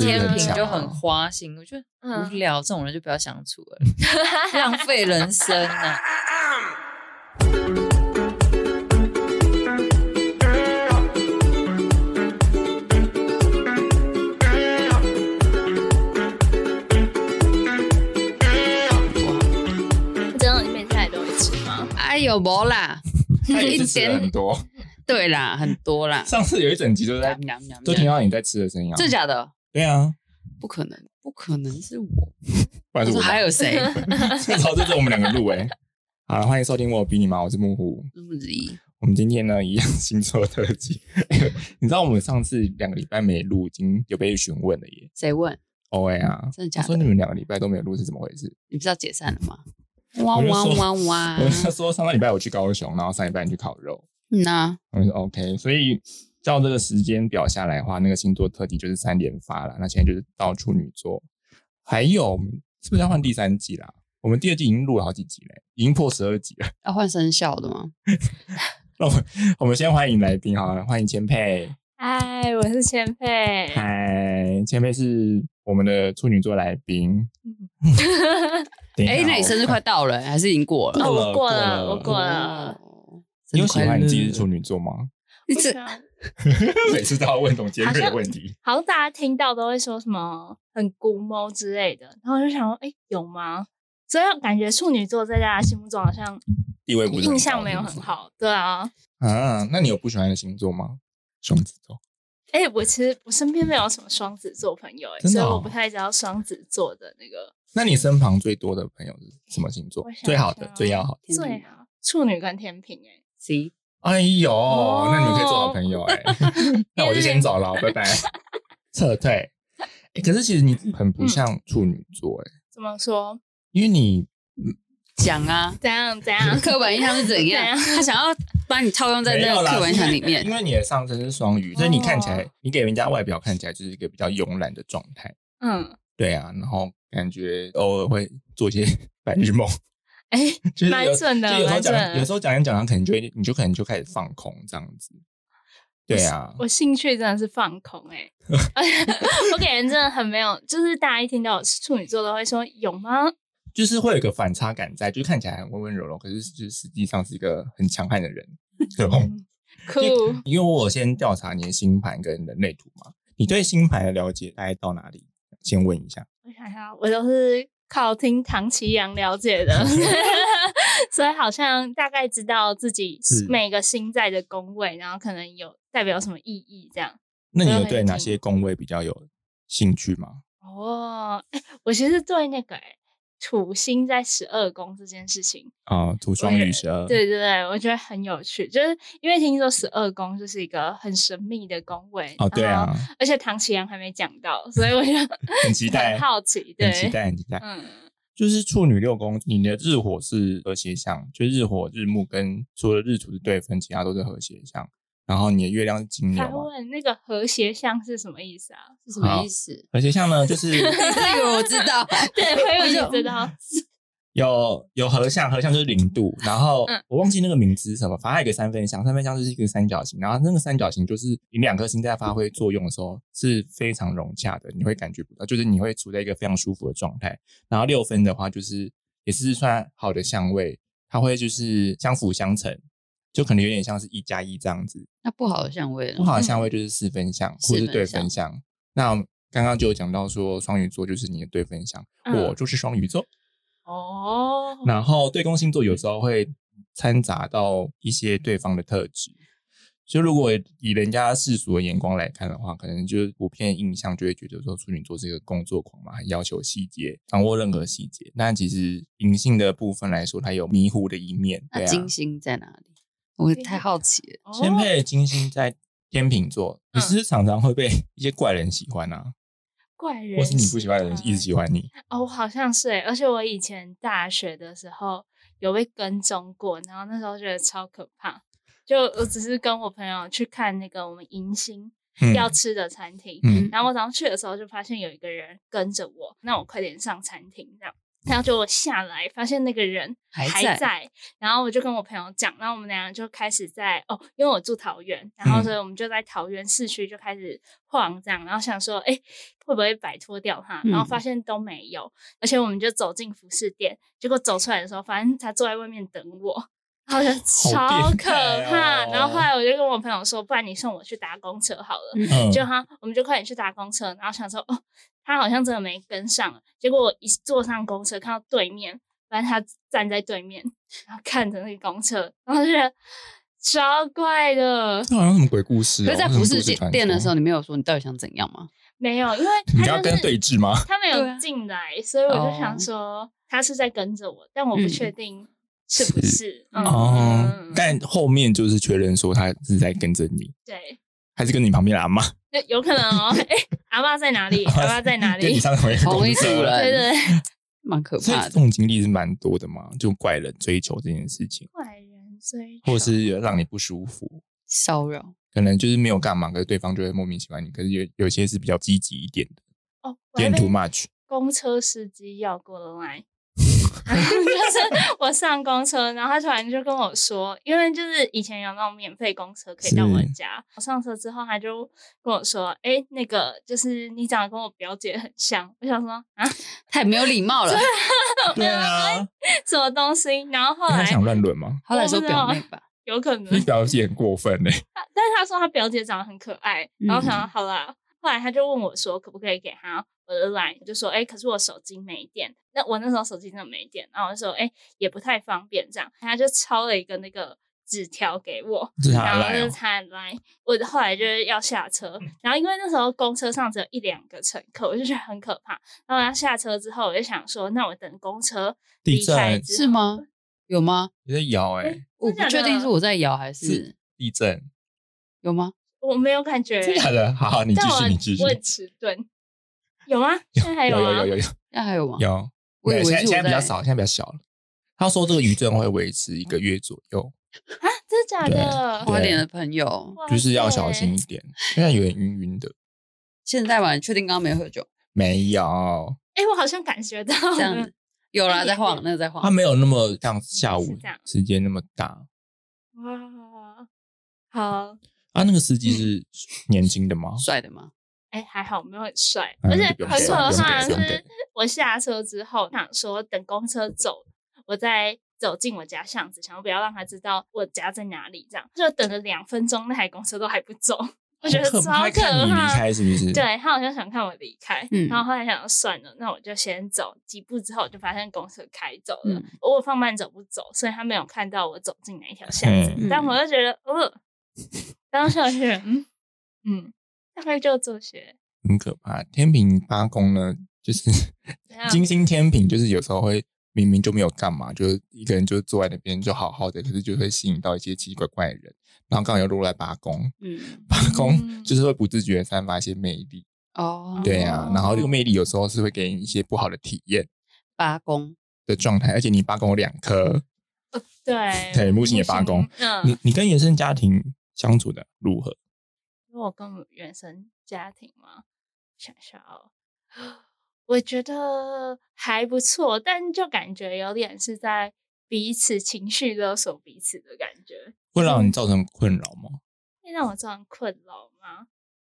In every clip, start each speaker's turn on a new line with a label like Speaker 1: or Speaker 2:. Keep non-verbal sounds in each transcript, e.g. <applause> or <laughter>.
Speaker 1: 天
Speaker 2: 人
Speaker 1: 平
Speaker 2: 讲
Speaker 1: 就
Speaker 2: 啊
Speaker 1: 很花心，我觉得无
Speaker 3: 嗯，
Speaker 1: 聊，这种人就不要相处
Speaker 2: <laughs>
Speaker 1: 了，浪费人生啊呐、
Speaker 3: 真的，你每天也都会吃吗？
Speaker 1: 哎呦，没啦，
Speaker 2: <laughs> 他也是吃了很多。
Speaker 1: 对啦，很多啦，
Speaker 2: 上次有一整集都
Speaker 1: <laughs>
Speaker 2: 在
Speaker 1: 喵喵喵
Speaker 2: 都听到你在吃的声音啊。
Speaker 1: 真的假的？
Speaker 2: 对啊，
Speaker 1: 不可能，不可能是我。
Speaker 2: 不然
Speaker 1: 我
Speaker 2: 是
Speaker 1: 说
Speaker 2: 我
Speaker 1: 还
Speaker 2: <laughs>
Speaker 1: 有谁？
Speaker 2: 这时候就是我们两个录哎。好了，欢迎收听我有比你忙，我是木虎。
Speaker 1: 陆子怡，
Speaker 2: 我们今天呢一样星座特辑， <laughs> 你知道我们上次两个礼拜没录，已经有被询问了耶。
Speaker 1: 谁问？
Speaker 2: O A 啊，
Speaker 1: 真的假
Speaker 2: 他
Speaker 1: 的
Speaker 2: 说？你们两个礼拜都没有录是怎么回事？
Speaker 1: 你不是要解散了吗？哇
Speaker 2: 我就
Speaker 1: 哇
Speaker 2: 说 <laughs>
Speaker 1: 哇哇！
Speaker 2: 我就说上个礼拜我去高雄，然后上礼拜你去烤肉，
Speaker 1: 嗯呐，
Speaker 2: 我就说 OK。所以照这个时间表下来的话，那个星座特辑就是三连发了。那现在就是到处女座，还有我们是不是要换第三季啦？我们第二季已经录了好几集嘞，已经破十二集了。 <laughs>
Speaker 1: 要换生肖的吗？
Speaker 2: 那我们我们先欢迎来宾好了，欢迎千佩。
Speaker 3: 嗨，我是千佩。
Speaker 2: 嗨，千佩是我们的处女座来宾。
Speaker 3: 嗯
Speaker 2: <laughs> 等一下哦
Speaker 1: 哎，那你生日快到了，还是已经过了？
Speaker 2: 过了
Speaker 3: 哦，我过
Speaker 2: 过了
Speaker 3: 了，我过了。
Speaker 1: 哦，
Speaker 2: 啊你有喜
Speaker 1: 生日快
Speaker 2: 欢
Speaker 1: 乐
Speaker 2: 你自己是处女座吗？
Speaker 1: 你
Speaker 3: 不
Speaker 1: 这
Speaker 3: 知道
Speaker 2: 每次都要问这种尖锐的问题。
Speaker 3: 好像大家听到都会说什么很古猫之类的，然后我就想说，哎、有吗？所以感觉处女座在大家心目中好像
Speaker 2: 地位不是很高
Speaker 3: 印象没有很好。对啊，
Speaker 2: 啊。那你有不喜欢的星座吗？双子座。
Speaker 3: 哎、我其实我身边没有什么双子座朋友、哎，
Speaker 2: 真的
Speaker 3: 所
Speaker 2: 哦
Speaker 3: 以我不太知道双子座的那个
Speaker 2: 那你身旁最多的朋友是什么星座
Speaker 3: 我想？
Speaker 2: 最好的
Speaker 3: 想，
Speaker 2: 最要好的。
Speaker 1: 天
Speaker 3: 最
Speaker 1: 秤
Speaker 3: 好啊处女跟天平、哎，
Speaker 1: C
Speaker 2: 哎呦，
Speaker 3: 哦
Speaker 2: 那你们可以做好朋友哎、那我就先走了，
Speaker 3: <laughs>
Speaker 2: 拜拜，哎撤退。哎、可是其实你很不像处女座哎、
Speaker 3: 怎么说？
Speaker 2: 因为你
Speaker 1: 讲啊，？
Speaker 3: 怎样怎样
Speaker 1: <laughs> 刻板印象是怎
Speaker 3: <laughs>
Speaker 1: 样？
Speaker 3: 怎
Speaker 1: 他想要把你套用在
Speaker 2: 没
Speaker 1: 那
Speaker 2: 有
Speaker 1: 个
Speaker 2: 啦
Speaker 1: 刻板印象里
Speaker 2: 因 <laughs>
Speaker 1: 面。
Speaker 2: 为你的上身是双鱼，所以你看起来，
Speaker 3: 哦
Speaker 2: 你给人家外表看起来就是一个比较慵懒的状态。
Speaker 3: 嗯，
Speaker 2: 对啊，然后感觉偶尔会做一些白日梦， <laughs>
Speaker 3: 哎、
Speaker 2: 就是
Speaker 3: 蛮
Speaker 2: 有
Speaker 3: 准的
Speaker 2: 就有时候
Speaker 3: 蛮准
Speaker 2: 讲，
Speaker 3: 的
Speaker 2: 有时候讲一讲，可能就会，你就可能就开始放空这样子。对啊，
Speaker 3: 我兴趣真的是放空哎、
Speaker 2: <laughs>
Speaker 3: 而且我给人真的很没有，就是大家一听到我是处女座都会说有
Speaker 2: 哦
Speaker 3: 吗？
Speaker 2: 就是会有一个反差感在，就看起来很温温柔柔，可是就是实际上是一个很强悍的
Speaker 3: <laughs>
Speaker 2: 人。对
Speaker 3: 嗯
Speaker 2: 吧
Speaker 3: 酷，
Speaker 2: 因为我有先调查你的星盘跟人类图嘛，你对星盘的了解大概到哪里？先问一下。
Speaker 3: 我想想，我都是靠听唐奇阳了解
Speaker 2: <laughs>
Speaker 3: 的，所以好像大概知道自己
Speaker 2: 是
Speaker 3: 每个星在的宫位，然后可能有代表什么意义这样。
Speaker 2: 那你
Speaker 3: 我
Speaker 2: 有
Speaker 3: 有嗯很
Speaker 2: 对哪
Speaker 3: 近
Speaker 2: 些宫位比较有兴趣吗？
Speaker 3: 哦， <laughs> 哎我其实对那个、哎土星在十二宫这件事情，
Speaker 2: 啊、土双鱼十二，
Speaker 3: 对对对，我觉得很有趣，就是因为听说十二宫就是一个很神秘的宫位
Speaker 2: 哦，对，
Speaker 3: 然后
Speaker 2: 啊，
Speaker 3: 而且唐奇阳还没讲到，所以我就
Speaker 2: 很 <laughs> 期待
Speaker 3: 很，好奇，对，
Speaker 2: 很期，待，很 <laughs> 期待。
Speaker 3: 嗯，
Speaker 2: 就是处女六宫，你的日火是和谐相，就日火、日木跟除了日土是对分，其他都是和谐相。然后你的月亮是金牛
Speaker 3: 他
Speaker 2: 嘛？
Speaker 3: 问那个和谐相是什么意思啊？ <laughs>
Speaker 1: 是什么意 <laughs> 思？
Speaker 2: 和谐相呢，就是
Speaker 1: 这个我知道，
Speaker 2: <laughs>
Speaker 3: 对，我
Speaker 1: 我
Speaker 3: 以为
Speaker 1: 就
Speaker 3: 你知道，
Speaker 2: 有有合相，合相就是零度，然后
Speaker 3: 嗯
Speaker 2: 我忘记那个名字是什么，反正还有一个三分相，三分相就是一个三角形，然后那个三角形就是你两颗星在发挥作用的时候是非常融洽的，你会感觉不到，就是你会处在一个非常舒服的状态。然后六分的话，就是也是算好的相位，它会就是相辅相成，就可能有点像是一加一这样子。
Speaker 1: 那不好的相位
Speaker 2: 不
Speaker 1: 了。
Speaker 2: 好的相位就是四分相
Speaker 1: 四
Speaker 2: 或
Speaker 1: 分
Speaker 2: 是对分相。那刚刚就有讲到说双鱼座就是你的对分相，
Speaker 3: 嗯
Speaker 2: 我就是双鱼座。
Speaker 3: 哦，
Speaker 1: 嗯
Speaker 2: 然后对宫星座有时候会掺杂到一些对方的特质。就如果以人家世俗的眼光来看的话，可能就是普遍印象就会觉得说处女座是一个工作狂嘛，很要求细节，掌握任何细节。那其实隐性的部分来说，它有迷糊的一面。对
Speaker 1: 那
Speaker 2: 啊，
Speaker 1: 金星在哪里？我太好奇了。
Speaker 3: 哦
Speaker 2: 千佩的金星在天秤座，你
Speaker 1: 嗯
Speaker 2: 是不是常常会被一些怪人喜欢啊，
Speaker 3: 怪人，
Speaker 2: 或是你不喜欢的人一直喜欢
Speaker 1: 啊
Speaker 2: 你？
Speaker 3: 哦，我好像是耶，而且我以前大学的时候有被跟踪过，然后那时候觉得超可怕。就我只是跟我朋友去看那个我们迎新
Speaker 2: 嗯
Speaker 3: 要吃的餐厅，
Speaker 2: 嗯，
Speaker 3: 然后我早上去的时候就发现有一个人跟着我，那我快点上餐厅这样。然后就我下来发现那个人
Speaker 1: 还
Speaker 3: 还
Speaker 1: 在
Speaker 3: 然后我就跟我朋友讲，然后我们俩就开始在哦，因为我住桃园，然后
Speaker 2: 嗯
Speaker 3: 所以我们就在桃园市区就开始晃这样，然后想说，哎，会不会摆脱掉他？然后发
Speaker 1: 嗯
Speaker 3: 现都没有，而且我们就走进服饰店，结果走出来的时候，反正他坐在外面等我。然后我就超
Speaker 2: 变
Speaker 3: 可
Speaker 2: 态
Speaker 3: 怕，然后
Speaker 2: 哦
Speaker 3: 后来我就跟我朋友说，不然你送我去搭公车好了。
Speaker 2: 嗯，
Speaker 3: 就他，我们就快点去搭公车，然后想说，哦，他好像真的没跟上了。结果我一坐上公车，看到对面，反正他站在对面，然后看着那个公车，然后就觉得超怪的。
Speaker 2: 这好像什么鬼故事、哦？
Speaker 1: 可是，在服饰
Speaker 2: 这什么
Speaker 1: 店
Speaker 2: 都市传说
Speaker 1: 店的时候，，你没有说你到底想怎样吗？
Speaker 3: 没有，因为
Speaker 2: <laughs> 你
Speaker 3: 他
Speaker 2: 要
Speaker 3: 就
Speaker 2: 跟对
Speaker 3: 是
Speaker 2: 峙吗？
Speaker 3: 他没
Speaker 1: 对
Speaker 3: 有
Speaker 1: 啊
Speaker 3: 进来，所以我就
Speaker 1: 哦
Speaker 3: 想说他是在跟着我，但我不
Speaker 1: 嗯
Speaker 3: 确定是不
Speaker 2: 是
Speaker 3: 是。嗯
Speaker 2: 哦
Speaker 3: 嗯，
Speaker 2: 但后面就是确认说他是在跟着你，
Speaker 3: 对，
Speaker 2: 还是跟你旁边的阿妈，
Speaker 3: 那有可能哦。 <laughs> 哎，阿爸在哪里？阿爸在哪
Speaker 2: <laughs> 跟你
Speaker 3: 里？
Speaker 2: 上回
Speaker 1: 同一组人
Speaker 3: 对对， <laughs> 对
Speaker 1: 蛮可
Speaker 2: 所以
Speaker 1: 怕
Speaker 2: 这
Speaker 1: 的。
Speaker 2: 种经历是蛮多的嘛，就怪人追求这件事情，
Speaker 3: 怪人追
Speaker 2: 或是让你不舒服，
Speaker 1: 骚扰，
Speaker 2: 可能就是没有干嘛，可是对方就会莫名喜欢你。可是有有些是比较积极一点的，
Speaker 3: 哦，我
Speaker 2: 有
Speaker 3: 还
Speaker 2: 点
Speaker 3: 被
Speaker 2: too much。
Speaker 3: 公车司机要过来， <laughs> 然后就是我上公车，然后他突然就跟我说，因为就是以前有那种免费公车可以到我
Speaker 2: 是
Speaker 3: 家，我上车之后他就跟我说，哎、那个就是你长得跟我表姐很像，我想说 <laughs> 啊，
Speaker 1: 太没有礼
Speaker 2: <laughs>
Speaker 1: 貌了。
Speaker 2: 对啊，
Speaker 3: 什么东西？然后后
Speaker 2: 你还
Speaker 3: 来
Speaker 2: 想乱伦吗？
Speaker 1: 好歹说
Speaker 3: 我不知道
Speaker 1: 表妹吧，
Speaker 3: 有可能，
Speaker 2: 你表姐很过分欸嘞、
Speaker 3: 但是他说他表姐长得很可爱，然后我想
Speaker 1: 嗯
Speaker 3: 说好啦。后来他就问我说，可不可以给他我的 line？我就说，哎、可是我手机没电。那我那时候手机真的没电，然后我就说，哎、也不太方便这样。他就抄了一个那个纸条给我，
Speaker 2: 这是
Speaker 1: 啊
Speaker 2: 他
Speaker 3: 然
Speaker 2: 的
Speaker 3: 后就是
Speaker 2: line 哦
Speaker 3: 他的 line。我后来就是要下车，
Speaker 1: 嗯
Speaker 3: 然后因为那时候公车上只有一两个乘客，我就觉得很可怕。然后要下车之后，我就想说，那我等公车
Speaker 2: 地
Speaker 3: 离开
Speaker 2: 震
Speaker 3: 之
Speaker 1: 是
Speaker 3: 后？
Speaker 1: 吗？有吗？
Speaker 2: 你在摇哎、
Speaker 1: 我
Speaker 3: 哦
Speaker 1: 不
Speaker 3: 假的
Speaker 1: 确定是我在摇还是
Speaker 2: 是地震，
Speaker 1: 有吗？
Speaker 3: 我没有感觉、
Speaker 2: 真的假的？好好，你继
Speaker 3: 但我
Speaker 2: 续，你继续
Speaker 3: 我。很迟钝，有啊吗？现在还
Speaker 2: 有
Speaker 3: 吗？
Speaker 2: 有有有
Speaker 1: 那还有吗？
Speaker 2: 有，
Speaker 1: 我
Speaker 2: 对
Speaker 1: 以为
Speaker 2: 现在
Speaker 1: 是我
Speaker 2: 现在比较
Speaker 1: 在
Speaker 2: 少，现在比较小了。他说这个余震会维持一个月左右，
Speaker 3: 啊，真的假的？
Speaker 1: 花莲的朋友，
Speaker 3: 哇
Speaker 2: 就是要小
Speaker 3: 塞
Speaker 2: 心一点，现在有点晕晕的。
Speaker 1: 现在吧，你确定刚刚没喝酒？
Speaker 2: 没有，
Speaker 3: 哎、我好像感觉到
Speaker 1: 这样
Speaker 3: 了
Speaker 1: 子，有啦，
Speaker 3: 一点
Speaker 1: 在晃，
Speaker 3: 点
Speaker 1: 那个在晃
Speaker 2: 它。没有那么像下
Speaker 3: 是
Speaker 2: 午
Speaker 3: 这样
Speaker 2: 时间那么大。
Speaker 3: 哇，好，
Speaker 2: 啊，那个司
Speaker 3: 嗯
Speaker 2: 机是年轻的吗？
Speaker 1: 帅的吗？
Speaker 3: 哎、还好没有很帅，
Speaker 2: 嗯
Speaker 3: 而且
Speaker 2: 就不用
Speaker 3: 很
Speaker 2: 给
Speaker 3: 可
Speaker 2: 了不用
Speaker 3: 怕
Speaker 2: 给了不
Speaker 3: 的
Speaker 2: 用给了
Speaker 3: 是，我下车之后想说等公车走，我再走进我家巷子，想要不要让他知道我家在哪里，这样就等了两分钟，那台公车都还不走， <laughs> 我觉得
Speaker 2: 好
Speaker 3: 超
Speaker 2: 可怕，他
Speaker 3: 可
Speaker 2: 看你离
Speaker 3: 怕。
Speaker 2: 开是不是？ <laughs>
Speaker 3: 对他好像想看我离开，
Speaker 1: 嗯
Speaker 3: 然后后来想说算了，那我就先走。几步之后，我就发现公车开走了，
Speaker 1: 嗯，
Speaker 3: 我放慢走不走，所以他没有看到我走进哪一条巷子。
Speaker 2: 嗯，
Speaker 1: 嗯
Speaker 3: 但我就觉得，呃，当下是嗯嗯，大概就这些。
Speaker 2: 很可怕。天平八宫呢，就是
Speaker 3: 怎样
Speaker 2: 金星天平，就是有时候会明明就没有干嘛，就是一个人就坐在那边就好好的，可是就会吸引到一些奇奇怪怪的人，然后刚好又落在八宫，
Speaker 1: 嗯，
Speaker 2: <laughs> 八宫
Speaker 3: 嗯
Speaker 2: 就是会不自觉地散发一些魅力，
Speaker 1: 哦，
Speaker 2: 对啊，然后这个魅力有时候是会给你一些不好的体验
Speaker 1: 八
Speaker 2: <laughs>
Speaker 1: 公，
Speaker 2: 的状态，而且你八宫有两颗，
Speaker 3: 对
Speaker 2: 对木星也八宫，
Speaker 3: 嗯
Speaker 2: 你，你跟原生家庭相处的如何？
Speaker 3: 因为我跟我原生家庭嘛，想想哦，我觉得还不错，但就感觉有点是在彼此情绪勒索彼此的感觉，
Speaker 2: 会让
Speaker 3: 嗯
Speaker 2: 你造成困扰
Speaker 3: <laughs>
Speaker 2: 吗？
Speaker 3: 会让我造成困扰吗？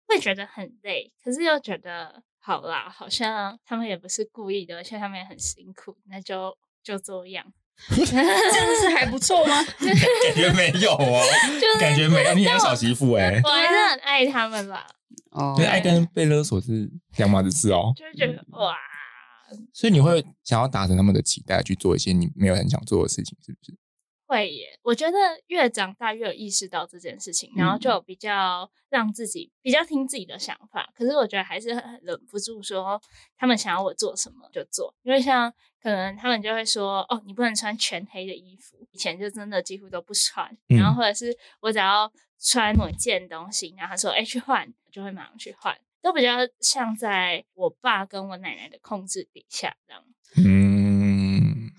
Speaker 3: 会觉得很累，可是又觉得好啦，好像他们也不是故意的，而且他们也很辛苦，那就就这样。
Speaker 1: 这样子还不错吗？
Speaker 2: 感觉没有哦，
Speaker 3: 就是
Speaker 2: 感觉没有，你也是小媳妇哎、
Speaker 3: 我还是很爱他们啦，
Speaker 1: <laughs> 哦
Speaker 2: 所以，爱跟被勒索是两码子事哦，
Speaker 3: 就是觉
Speaker 1: 嗯
Speaker 3: 得哇，
Speaker 2: 所以你会想要达成他们的期待，去做一些你没有很想做的事情，是不是？
Speaker 3: 会耶！我觉得越长大越有意识到这件事情，然后
Speaker 2: 嗯
Speaker 3: 就有比较让自己比较听自己的想法。可是我觉得还是很忍不住说，他们想要我做什么就做，因为像可能他们就会说，哦，你不能穿全黑的衣服，以前就真的几乎都不穿，
Speaker 2: 嗯
Speaker 3: 然后或者是我只要穿某件东西，然后他说，哎、去换，我就会马上去换，都比较像在我爸跟我奶奶的控制底下这样，
Speaker 2: 嗯，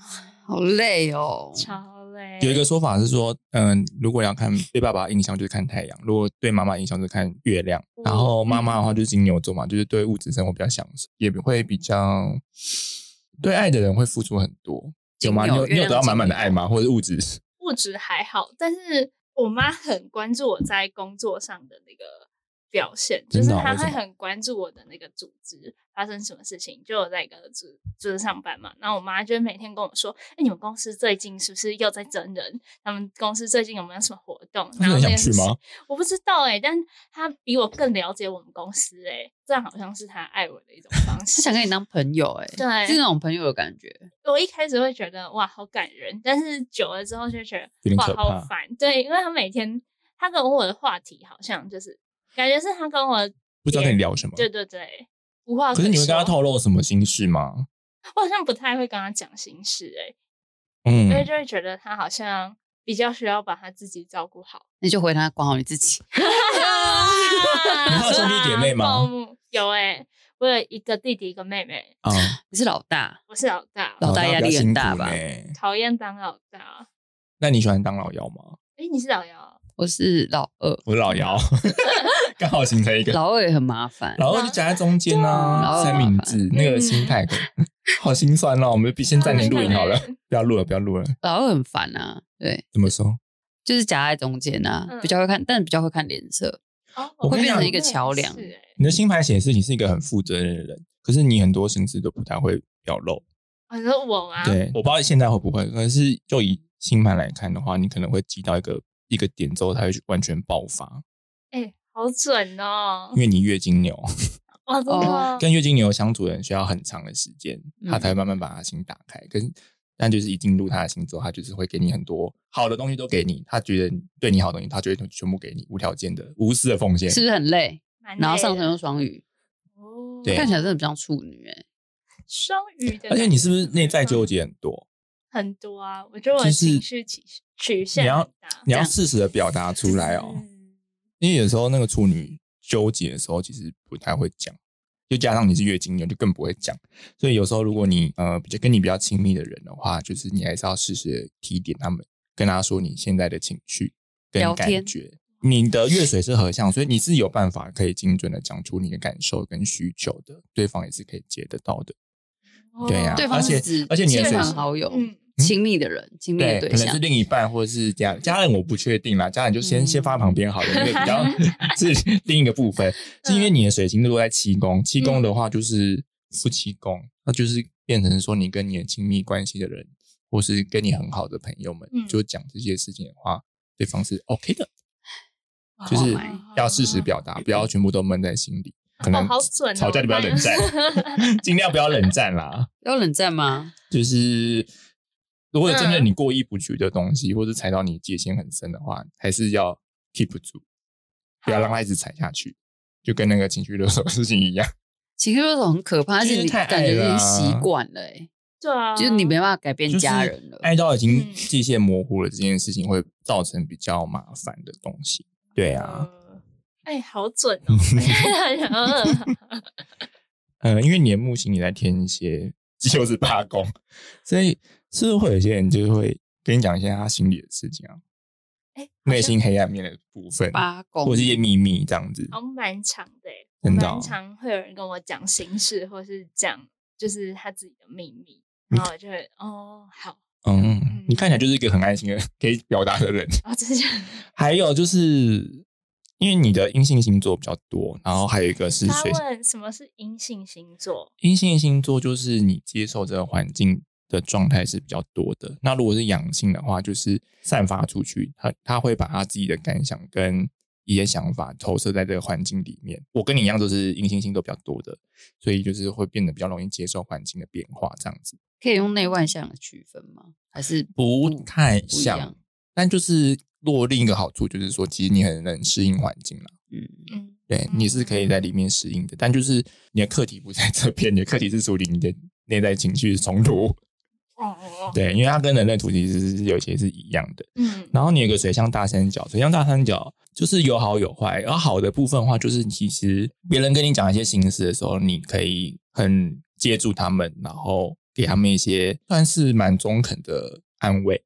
Speaker 1: 好累哦。
Speaker 3: 超累。
Speaker 2: 有一个说法是说，嗯，如果要看对爸爸的印象就是看太阳，如果对妈妈的印象就是看月亮，
Speaker 1: 哦
Speaker 3: 嗯
Speaker 2: 然后妈妈的话就是金牛座嘛，就是对物质生活比较享受，也会比较对爱的人会付出很多，有吗？你
Speaker 1: 金牛
Speaker 2: 有你有
Speaker 1: 月亮
Speaker 2: 得到
Speaker 1: 金
Speaker 2: 满满的
Speaker 1: 牛
Speaker 2: 爱吗？或者物质？
Speaker 3: 物质还好，但是我妈很关注我在工作上的那个表现，就
Speaker 2: 真
Speaker 3: 是
Speaker 2: 的哦
Speaker 3: 她
Speaker 2: 为什
Speaker 3: 会
Speaker 2: 么
Speaker 3: 很关注我的那个组织发生什么事情。就我在一个组组织上班嘛，然后我妈就会每天跟我说：“哎、你们公司最近是不是又在整人？他们公司最近有没有什么活动？”
Speaker 2: 他
Speaker 3: 然后
Speaker 2: 很
Speaker 3: 那
Speaker 2: 想
Speaker 3: 件
Speaker 2: 去
Speaker 3: 事
Speaker 2: 吗？
Speaker 3: 我不知道哎、但她比我更了解我们公司哎、这样好像是她爱我的一种方
Speaker 1: 他
Speaker 3: 式。
Speaker 1: 想跟你当朋友、欸，哎，
Speaker 3: 对
Speaker 1: 是那种朋友的感觉。
Speaker 3: 我一开始会觉得哇好感人，但是久了之后就觉
Speaker 2: 有点
Speaker 3: 得哇
Speaker 2: 可
Speaker 3: 好
Speaker 2: 怕
Speaker 3: 烦。对，因为他每天他跟我的话题好像就是感觉是他跟我
Speaker 2: 不知道跟你聊什么。
Speaker 3: 对对对无话
Speaker 2: 可是你会跟他
Speaker 3: 说
Speaker 2: 透露什么心事吗？
Speaker 3: 我好像不太会跟他讲心事哎、
Speaker 2: 嗯
Speaker 3: 因为就会觉得他好像比较需要把他自己照
Speaker 2: <laughs>
Speaker 3: 顾好。
Speaker 1: 那就回他管好你自己。
Speaker 2: 你还有兄弟姐妹吗
Speaker 3: 啊暴怒有哎、我有一个弟弟一个妹妹，
Speaker 2: 啊，哦
Speaker 1: 你是老大，
Speaker 3: 我是老大，
Speaker 1: 老大
Speaker 2: 比
Speaker 1: 压
Speaker 2: 较
Speaker 1: 力很
Speaker 2: 辛
Speaker 1: 大
Speaker 2: 苦
Speaker 1: 吧
Speaker 2: 呢
Speaker 3: 讨厌当老大。
Speaker 2: 那你喜欢当老幺吗？
Speaker 3: 哎、你是老幺啊？
Speaker 1: 我是老二，
Speaker 2: 我是老
Speaker 1: <laughs>
Speaker 2: 幺， <laughs> 刚好形成一个。
Speaker 1: 老二也很麻烦。
Speaker 2: 老二就夹在中间啊，
Speaker 1: 对
Speaker 2: 三明治那个心态可， <laughs> 好心酸哦。我们必先暂停录影好了，欸不要录了，不要录了。
Speaker 1: 老二很烦啊，对，
Speaker 2: 怎么说？
Speaker 1: 就是夹在中间啊，
Speaker 3: 嗯
Speaker 1: 比较会看，但比较会看脸色。
Speaker 3: 哦
Speaker 2: 我跟你讲
Speaker 3: 妹妹也
Speaker 1: 桥梁
Speaker 3: 是哎
Speaker 2: 你的星盘显示你是一个很负责任的人，可是你很多心思都不太会表露。
Speaker 3: 哦，你说我吗？
Speaker 2: 对，我不知道现在会不会，可是就以星盘来看的话，你可能会记到一个一个点之后，它会完全爆发，
Speaker 3: 哎、好准哦！
Speaker 2: 因为你月经牛。
Speaker 3: 哇，真的吗
Speaker 1: 哦
Speaker 2: 跟月经牛相处的人需要很长的时间，
Speaker 1: 嗯
Speaker 2: 他才会慢慢把他心打开。可是，但就是一进入他的心之后，他就是会给你很多好的东西都给你，他觉得对你好的东西，他就会全部给你，无条件的、无私的奉献。
Speaker 1: 是不是很累？
Speaker 3: 蛮
Speaker 1: 然后
Speaker 3: 累
Speaker 1: 上
Speaker 3: 的
Speaker 1: 身又双鱼，
Speaker 3: 哦
Speaker 2: 对
Speaker 1: 看起来真的比较处女哎、
Speaker 3: 双鱼的，
Speaker 2: 而且你是不是内在
Speaker 1: 嗯
Speaker 2: 纠结很多？
Speaker 3: 很多啊？我觉得我
Speaker 2: 就
Speaker 3: 的
Speaker 2: 是
Speaker 3: 情绪曲曲线
Speaker 2: 你要
Speaker 3: 很大
Speaker 2: 你要
Speaker 1: 这样
Speaker 2: 适时的表达出来哦，
Speaker 3: 嗯
Speaker 2: 因为有时候那个处女纠结的时候，其实不太会讲。就加上你是月经牛，就更不会讲。所以有时候，如果你呃比较跟你比较亲密的人的话，就是你还是要适时的提点他们，跟他说你现在的情绪跟
Speaker 1: 聊
Speaker 2: 感
Speaker 1: 天
Speaker 2: 觉。你的月水是合相，所以你是有办法可以精准的讲出你的感受跟需求的，对方也是可以接得到的。对呀、
Speaker 3: 哦
Speaker 1: 对方
Speaker 2: 而
Speaker 1: 是
Speaker 2: 且
Speaker 1: 指
Speaker 2: 而且你的
Speaker 1: 亲
Speaker 2: 水
Speaker 1: 朋
Speaker 2: 是
Speaker 1: 好友、
Speaker 3: 嗯
Speaker 1: 亲密的人、亲密的
Speaker 2: 对，可能
Speaker 1: 象
Speaker 2: 是，另一半或者是家家人，我不确定啦。家人就先、
Speaker 1: 嗯
Speaker 2: 先放在旁边好了，因为比较是另一个部分，是因为你的水星都在七宫，七宫的话就是夫妻宫，那就是变成说你跟你的亲密关系的人，或是跟你很好的朋友们，
Speaker 3: 嗯
Speaker 2: 就讲这些事情的话，对方是 OK 的，
Speaker 1: 哦
Speaker 2: 就是
Speaker 1: 买
Speaker 2: 要适时表达，不要全部都闷在心里。可能
Speaker 3: 哦好准哦
Speaker 2: 吵架就不要冷
Speaker 3: <laughs>
Speaker 2: 战，尽量不要冷战啦。
Speaker 1: 要冷战吗？
Speaker 2: 就是如果有真的
Speaker 3: 嗯
Speaker 2: 你过意不去的东西，或者踩到你界限很深的话，还是要 keep 住，不要让它一直踩下去，就跟那个情绪勒索的事情一样。
Speaker 1: 情绪勒索很可怕，但
Speaker 2: 就是
Speaker 1: 是你
Speaker 2: 太爱
Speaker 1: 感觉已
Speaker 2: 了
Speaker 1: 经
Speaker 2: 啊
Speaker 1: 习惯了、欸，
Speaker 3: <laughs> 对啊，
Speaker 1: 就是你没办法改变
Speaker 2: <laughs> 就是
Speaker 1: 家人了。
Speaker 2: 爱到已经
Speaker 3: 嗯
Speaker 2: 界限模糊了，这件事情会造成比较麻烦的东西。对啊，
Speaker 3: 呃哎，好准
Speaker 2: <laughs>
Speaker 3: 哦！
Speaker 1: 嗯
Speaker 2: 呃，因为你的木星也在天蝎，又是八宫，所以是不是会有些人就会跟你讲一些他心里的事情啊，
Speaker 3: 哎，
Speaker 2: 内心黑暗面的部分，
Speaker 1: 八公
Speaker 2: 或者是一些秘密这样子。
Speaker 1: 哦
Speaker 3: 好像蛮长的欸，
Speaker 2: 真的哦
Speaker 3: 蛮常会有人跟我讲心事，或是讲就是他自己的秘密，然后我就会哦，好，
Speaker 2: 嗯，你看起来就是一个很安心的、可以表达的人。
Speaker 3: 然后哦这就
Speaker 2: <laughs> 还有就是，因为你的阴性星座比较多，然后还有一个是
Speaker 3: 他
Speaker 2: 水
Speaker 3: 问什么是阴性星座？
Speaker 2: 阴性星座，就是你接受这个环境的状态是比较多的。那如果是阳性的话，就是散发出去，他他会把他自己的感想跟一些想法投射在这个环境里面。我跟你一样都是阴性星座比较多的，所以就是会变得比较容易接受环境的变化，这样子。
Speaker 1: 可以用内外向来区分吗？还是
Speaker 2: 不太
Speaker 1: 嗯不一
Speaker 2: 像
Speaker 1: 样？，
Speaker 2: 但就是落另一个好处就是说，其实你很能适应环境了，
Speaker 1: 嗯，
Speaker 3: 嗯，
Speaker 2: 对，你是可以在里面适应的。但就是你的课题不在这边，你的课题是处理你的内在情绪冲突，
Speaker 3: 哦哦，哦
Speaker 2: 对，因为它跟人类图其实是有些是一样的。
Speaker 3: 嗯，
Speaker 2: 然后你有个水象大三角，水象大三角就是有好有坏。然后好的部分的话，就是其实别人跟你讲一些心事的时候，你可以很接住他们，然后给他们一些算是蛮中肯的安慰。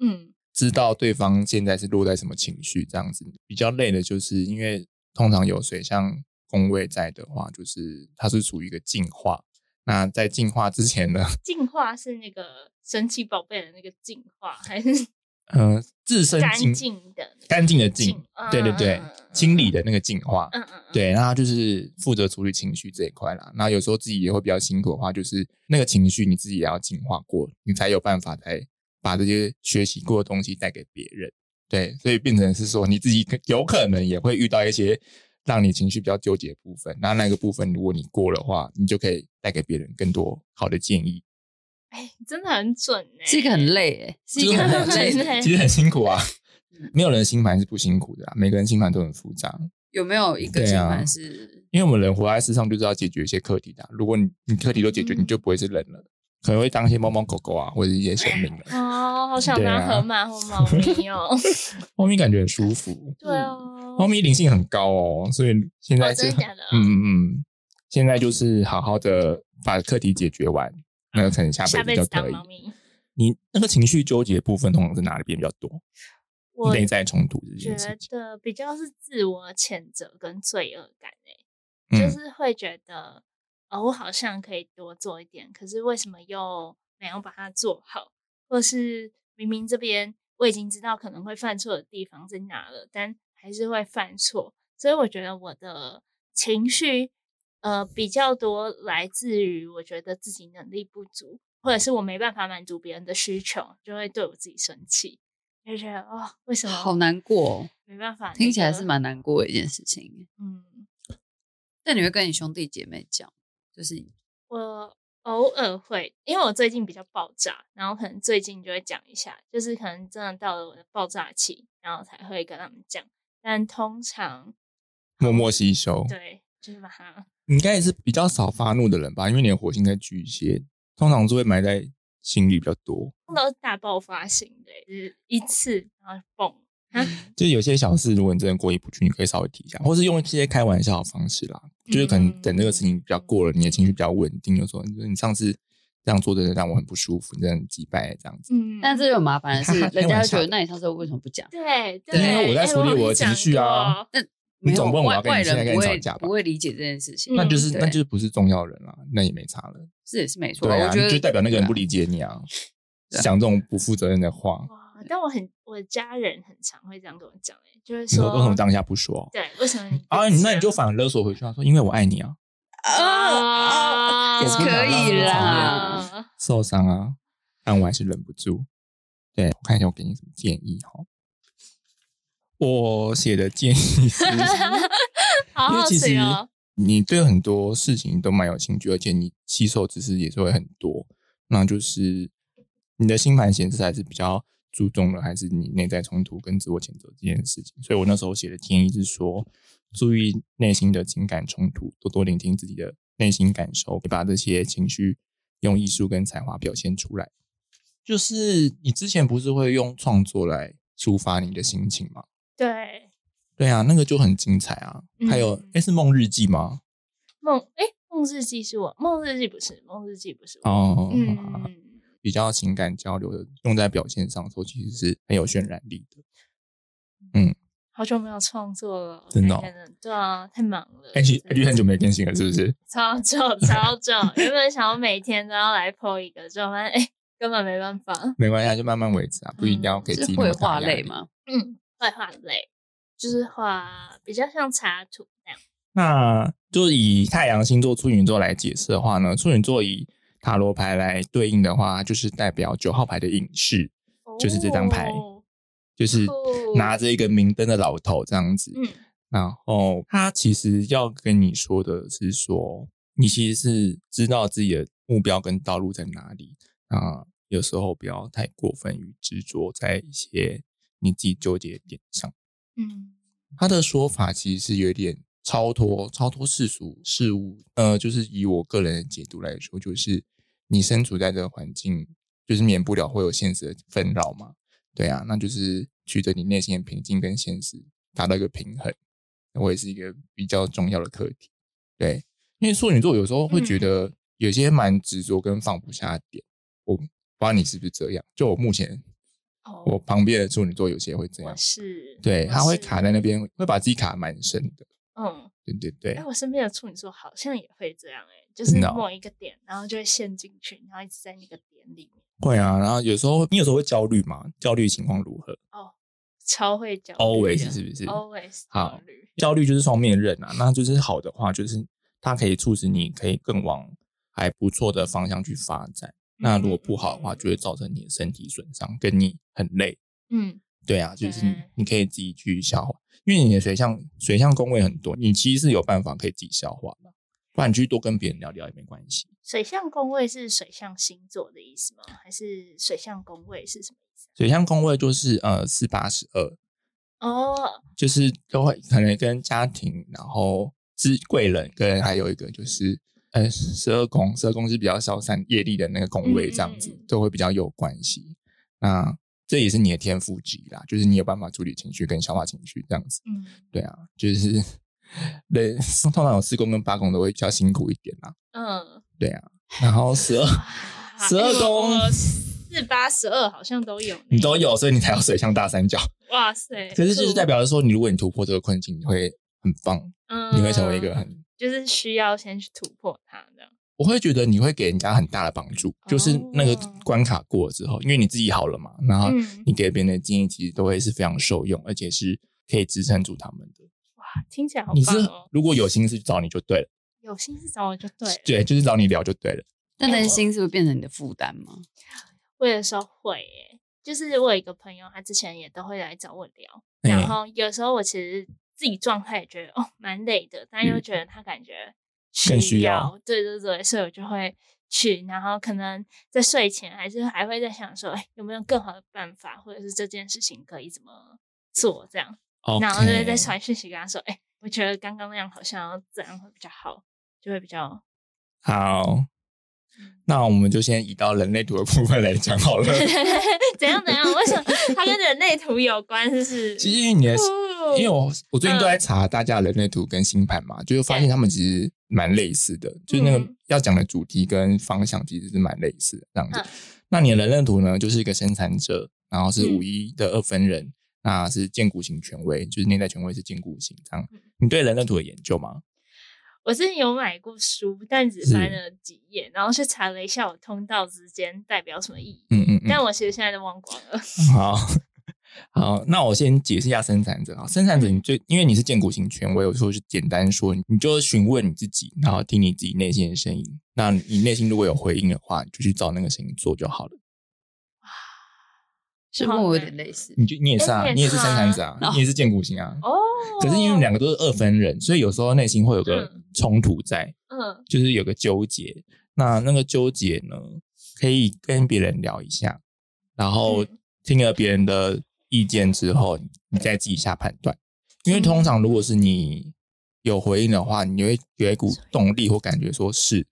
Speaker 3: 嗯，
Speaker 2: 知道对方现在是落在什么情绪，这样子比较累的，就是因为通常有水象宫位在的话，就是它是处于一个进化，那在进化之前呢，
Speaker 3: 进化是那个神奇宝贝的那个进化，
Speaker 2: <laughs>
Speaker 3: 还是
Speaker 2: 呃，自身
Speaker 3: 干
Speaker 2: 净
Speaker 3: 净的那个
Speaker 2: 干净的净
Speaker 3: 净嗯，
Speaker 2: 对对对
Speaker 3: 嗯嗯，
Speaker 2: 清理的那个净化，
Speaker 3: 嗯嗯嗯，
Speaker 2: 对，那他就是负责处理情绪这一块啦。那有时候自己也会比较辛苦的话，就是那个情绪你自己也要净化过，你才有办法才把这些学习过的东西带给别人。对，所以变成是说你自己可有可能也会遇到一些让你情绪比较纠结的部分。那那个部分如果你过的话，你就可以带给别人更多好的建议。
Speaker 3: 哎，真的很准哎、
Speaker 1: 是一个很累诶，是一
Speaker 2: 就
Speaker 1: 个
Speaker 2: 是 <laughs>
Speaker 1: 很
Speaker 2: 很
Speaker 1: 累
Speaker 2: 累
Speaker 1: 的
Speaker 2: 其
Speaker 3: 对嗯
Speaker 2: 实其实很辛苦啊。没有人星盘是不辛苦的啊，每个人星盘都很复杂。
Speaker 1: 有没有一个
Speaker 2: 对
Speaker 1: 星
Speaker 2: 啊
Speaker 1: 盘是？
Speaker 2: 因为我们人活在世上就是要解决一些课题的啊、如果你你课题都解决，
Speaker 3: 嗯
Speaker 2: 你就不会是人了，可能会当一些猫猫狗狗啊，或者一些生命
Speaker 3: <laughs>
Speaker 2: 了。
Speaker 3: 哦，好想
Speaker 2: 对
Speaker 3: 拿
Speaker 2: 啊
Speaker 3: 河马或猫
Speaker 2: <laughs>
Speaker 3: 咪哦。
Speaker 2: 猫咪感觉很舒服，
Speaker 3: 对哦，
Speaker 2: 猫咪灵性很高哦，所以现在
Speaker 3: 哦
Speaker 2: 是
Speaker 3: 真的假的
Speaker 2: 嗯嗯嗯，现在就是好好的把课题解决完，那可能下
Speaker 3: 嗯下
Speaker 2: 辈
Speaker 3: 辈
Speaker 2: 子
Speaker 3: 子
Speaker 2: 就可
Speaker 3: 当
Speaker 2: 以
Speaker 3: 猫。咪。
Speaker 2: 你那个情绪纠结的部分，通常是哪里边比较多？
Speaker 3: 我
Speaker 2: 内在冲突这
Speaker 3: 觉
Speaker 2: 件事情，
Speaker 3: 得比较是自我谴责跟罪恶感欸诶、就
Speaker 2: 嗯
Speaker 3: 是会觉得，哦，我好像可以多做一点，可是为什么又没有把它做好，或是明明这边我已经知道可能会犯错的地方在哪了，但还是会犯错，所以我觉得我的情绪，呃，比较多来自于我觉得自己能力不足，或者是我没办法满足别人的需求，就会对我自己生气。就觉得哦，为什么
Speaker 1: 好难过、哦，
Speaker 3: 没办法，
Speaker 1: 听起来是
Speaker 3: 蛮
Speaker 1: 蛮难啊过的一件事情。欸
Speaker 3: 嗯，
Speaker 1: 那你会跟你兄弟姐妹讲，就是
Speaker 3: 我偶尔会，因为我最近比较爆炸，然后可能最近就会讲一下，就是可能真的到了我的爆炸期，然后才会跟他们讲。但通常
Speaker 2: 默默吸收。
Speaker 3: 对，就是把它
Speaker 2: 你应该也是比较少发怒的人吧？因为你的火星在巨蟹，通常是会埋在心里比较多。
Speaker 3: 都是大爆发型的，就是一次然后蹦，
Speaker 2: 就是有些小
Speaker 1: 嗯
Speaker 2: 事，如果你真的过意不去，你可以稍微提一下，或是用一些开玩笑的方式啦。就是可
Speaker 1: 嗯
Speaker 2: 能等这个事情比较过了，你的情绪比较稳定，就说你你上次这样做真的让我很不舒服，你真的很击败这样子。
Speaker 3: 嗯，
Speaker 1: 但这有麻烦的是，
Speaker 2: 开玩笑的
Speaker 1: 人家会觉得那你上次为什么不讲？
Speaker 3: 对
Speaker 2: 因
Speaker 3: 对，
Speaker 2: 为我在
Speaker 3: 哎
Speaker 2: 处理
Speaker 3: 好像
Speaker 2: 我的情
Speaker 3: 讲
Speaker 2: 绪啊
Speaker 3: 过，
Speaker 1: 那
Speaker 2: 你
Speaker 1: 没有
Speaker 2: 总问我要
Speaker 1: 外
Speaker 2: 跟你
Speaker 1: 外
Speaker 2: 现在
Speaker 1: 人
Speaker 2: 跟
Speaker 1: 不
Speaker 2: 你
Speaker 1: 会
Speaker 2: 吵架吧
Speaker 1: 不会理解这件事情，
Speaker 2: 那就是、
Speaker 1: 嗯对
Speaker 2: 那就是不是重要人啦，那也没差了。
Speaker 1: 是也是没错。
Speaker 2: 对啊，
Speaker 1: 我觉得
Speaker 2: 就代表那个人不
Speaker 1: 对啊
Speaker 2: 理解你啊，
Speaker 1: 对啊
Speaker 2: 讲这种不负责任的话，
Speaker 3: 哇！但我很我的家人很常会这样跟我讲，哎，就是
Speaker 2: 你说
Speaker 3: 说
Speaker 2: 为什么当下不说？
Speaker 3: 对，为什么你
Speaker 2: 啊，那你就
Speaker 3: 这样
Speaker 2: 反而勒索回去啊，说因为我爱你啊，
Speaker 1: 啊，啊
Speaker 3: 啊
Speaker 1: 也
Speaker 2: 是可以
Speaker 1: 啦。
Speaker 2: 受伤啊，但我还是忍不住。对，我看一下我给你什么建议哈。我写的建议是，
Speaker 3: 好
Speaker 2: 因为
Speaker 3: 好
Speaker 2: 其实
Speaker 3: 奇哦，
Speaker 2: 你对很多事情都蛮有兴趣，而且你吸收知识也是会很多。那就是你的星盘显示还是比较注重的，还是你内在冲突跟自我谴责这件事情。所以我那时候写的建议是说，注意内心的情感冲突，多多聆听自己的内心感受，把这些情绪用艺术跟才华表现出来。就是你之前不是会用创作来抒发你的心情吗？
Speaker 3: 对
Speaker 2: 对啊，那个就很精彩啊。还有，
Speaker 3: 嗯
Speaker 2: 诶、是梦日记吗？
Speaker 3: 梦哎梦日记是我梦日记不是梦日记不是我，
Speaker 2: 哦，
Speaker 3: 嗯，
Speaker 2: 比较情感交流的，用在表现上的时候，其实是很有渲染力的。
Speaker 3: 好久没有创作了，
Speaker 2: 真的哦
Speaker 3: 太难对啊，太忙了，
Speaker 2: 哎、你
Speaker 3: 真
Speaker 2: 你
Speaker 3: 的
Speaker 2: 很久没更新了，是不是？
Speaker 3: 超久
Speaker 2: <laughs>
Speaker 3: 超久，原本想要每天都要来 po 一个，就发现哎根本没办法，
Speaker 2: 没关系啊，就慢慢维持啊，不一定要给自己
Speaker 1: 嗯是
Speaker 2: 那么
Speaker 1: 绘
Speaker 2: 大压
Speaker 1: 画
Speaker 2: 力
Speaker 1: 类？吗？
Speaker 3: 嗯，会画类就是画比较像插图那样，
Speaker 2: 那就是以太阳星座处女座来解释的话呢，处女座以塔罗牌来对应的话，就是代表九号牌的隐士，就是这张牌
Speaker 3: 哦
Speaker 2: 就是拿着一个明灯的老头这样子。
Speaker 3: 嗯
Speaker 2: 然后他哦其实要跟你说的是说，你其实是知道自己的目标跟道路在哪里啊。有时候不要太过分于执着在一些你自己纠结的点上。
Speaker 3: 嗯
Speaker 2: 他的说法其实是有点超脱、超脱世俗事物。呃，就是以我个人的解读来说，就是你身处在这个环境，就是免不了会有现实的纷扰嘛。对啊，那就是取得你内心的平静跟现实达到一个平衡，我也是一个比较重要的课题。对，因为处女座有时候会觉得有些蛮执着跟放不下的点，我不知道你是不是这样。就我目前
Speaker 3: 哦
Speaker 2: 我旁边的处女座有些会这样
Speaker 3: 我，是
Speaker 2: 对，
Speaker 3: 我
Speaker 2: 他会
Speaker 3: 是
Speaker 2: 卡在那边，会把自己卡得蛮深的。
Speaker 3: 嗯。
Speaker 2: 对对对嗯哦
Speaker 3: 哎、，我身边的处女座好像也会这样哎、就是
Speaker 2: ，no
Speaker 3: 某一个点，然后就会陷进去，然后一直在那个点里面，
Speaker 2: 会啊，然后有时候你有时候会焦虑嘛，焦虑啊哦情况如何
Speaker 3: 超会焦虑
Speaker 2: ？Always 是不是
Speaker 3: always
Speaker 2: 好
Speaker 3: 焦虑，
Speaker 2: 焦虑就是双面刃啊。那就是好的话，就是它可以促使你可以更往还不错的方向去发展。那如果不好的话，就会造成你的身体损伤，跟你很累。
Speaker 3: 嗯，
Speaker 2: 对啊，就是你
Speaker 3: 对
Speaker 2: 你可以自己去消化，因为你的水象水象宫位很多，你其实是有办法可以自己消化的。不然你去多跟别人聊聊也没关系。
Speaker 3: 水象宫位是水象星座的意思吗？还是水象宫位是什么意思？
Speaker 2: 水象宫位就是呃四八十二，
Speaker 3: 哦，
Speaker 2: 就是都会可能跟家庭，然后是贵人，跟还有一个就是呃十二宫，十二宫是比较消散业力的那个宫位，这样子
Speaker 3: 嗯嗯嗯
Speaker 2: 都会比较有关系。那这也是你的天赋之一啦，就是你有办法处理情绪跟消化情绪这样子。
Speaker 3: 嗯，
Speaker 2: 对啊，就是对，通常有四宫跟八宫都会比较辛苦一点啦。
Speaker 3: 嗯，
Speaker 2: 对啊，然后十
Speaker 3: <laughs>
Speaker 2: 二12宫
Speaker 3: 哎四八十二好像都有呢，
Speaker 2: 你都有，所以你才有水象大三角。
Speaker 3: 哇塞！
Speaker 2: 可是就是
Speaker 3: 酷
Speaker 2: 代，表着说，你如果你突破这个困境，你会很棒，
Speaker 3: 嗯
Speaker 2: 你会成为一个很
Speaker 3: 就是需要先去突破它的。
Speaker 2: 我会觉得你会给人家很大的帮助，就是那个
Speaker 3: 哦
Speaker 2: 关卡过了之后，因为你自己好了嘛，然后
Speaker 3: 嗯
Speaker 2: 你给别人的建议其实都会是非常受用，而且是可以支撑住他们的。
Speaker 3: 听起来好
Speaker 2: 你是
Speaker 3: 棒哦！
Speaker 2: 如果有心事找你就对了，
Speaker 3: 有心思找我就对了，
Speaker 2: 对，就是找你聊就对了。
Speaker 1: 那担心是不是变成你的负担吗？
Speaker 3: 我有时候会耶、就是我有一个朋友，他之前也都会来找我聊，
Speaker 2: 哎
Speaker 3: 然后有时候我其实自己状态也觉得哦蛮累的，但又觉得他感觉
Speaker 2: 嗯更需要
Speaker 3: 对对对，所以我就会去，然后可能在睡前还是还会在想说，哎，有没有更好的办法，或者是这件事情可以怎么做这样，
Speaker 2: 哦，
Speaker 3: 然后就会再传讯息跟他说，哎，我觉得刚刚那样好像要这样会比较好，就会比较
Speaker 2: 好，
Speaker 3: 嗯
Speaker 2: 那我们就先移到人类图的部分来讲好了。
Speaker 3: <laughs> 怎样怎样？为什么它跟人类图有关？是不是？哦
Speaker 2: 其实因为你的，
Speaker 3: 酷
Speaker 2: 因为我我最近都
Speaker 3: 嗯
Speaker 2: 在查大家的人类图跟星盘嘛，就是发现他们其实蛮类似的，就是那个
Speaker 3: 嗯
Speaker 2: 要讲的主题跟方向其实是蛮类似的这样子
Speaker 3: 嗯。
Speaker 2: 那你的人类图呢，就是一个生产者，然后是
Speaker 3: 嗯
Speaker 2: 五一的二分人，那是建骨型权威，就是内在权威是建骨型这样
Speaker 3: 嗯。
Speaker 2: 你对人类图有研究吗？
Speaker 3: 我之前有买过书，但只翻了几页，然后去查了一下我通道之间代表什么意义，
Speaker 2: 嗯嗯嗯，
Speaker 3: 但我其实现在都忘光了。
Speaker 2: 好。好，那我先解释一下生产者啊。生产
Speaker 3: 嗯
Speaker 2: 者，你最因为你是建骨型权威，我说是简单说，你就询问你自己，然后听你自己内心的声音。那你内心如果有回应的话，你就去找那个声音做就好了。
Speaker 1: 是不是我有点类似？
Speaker 2: 你就你也是啊，
Speaker 3: 哎
Speaker 2: 你
Speaker 3: 你
Speaker 2: 也
Speaker 3: 也
Speaker 2: 是
Speaker 3: 是
Speaker 2: 生
Speaker 3: 啊
Speaker 2: 产者啊，
Speaker 1: 哦
Speaker 2: 你也是建骨型啊。
Speaker 3: 哦，
Speaker 2: <laughs> 可是因为你们两个都是二分人，所以有时候内心会有个
Speaker 3: 嗯
Speaker 2: 冲突在，
Speaker 3: 嗯
Speaker 2: 就是有个纠结。那那个纠结呢，可以跟别人聊一下，然后
Speaker 3: 嗯
Speaker 2: 听了别人的意见之后，你再自己下判断。因为通常如果是你有回应的话，你会有一股动力或感觉，说是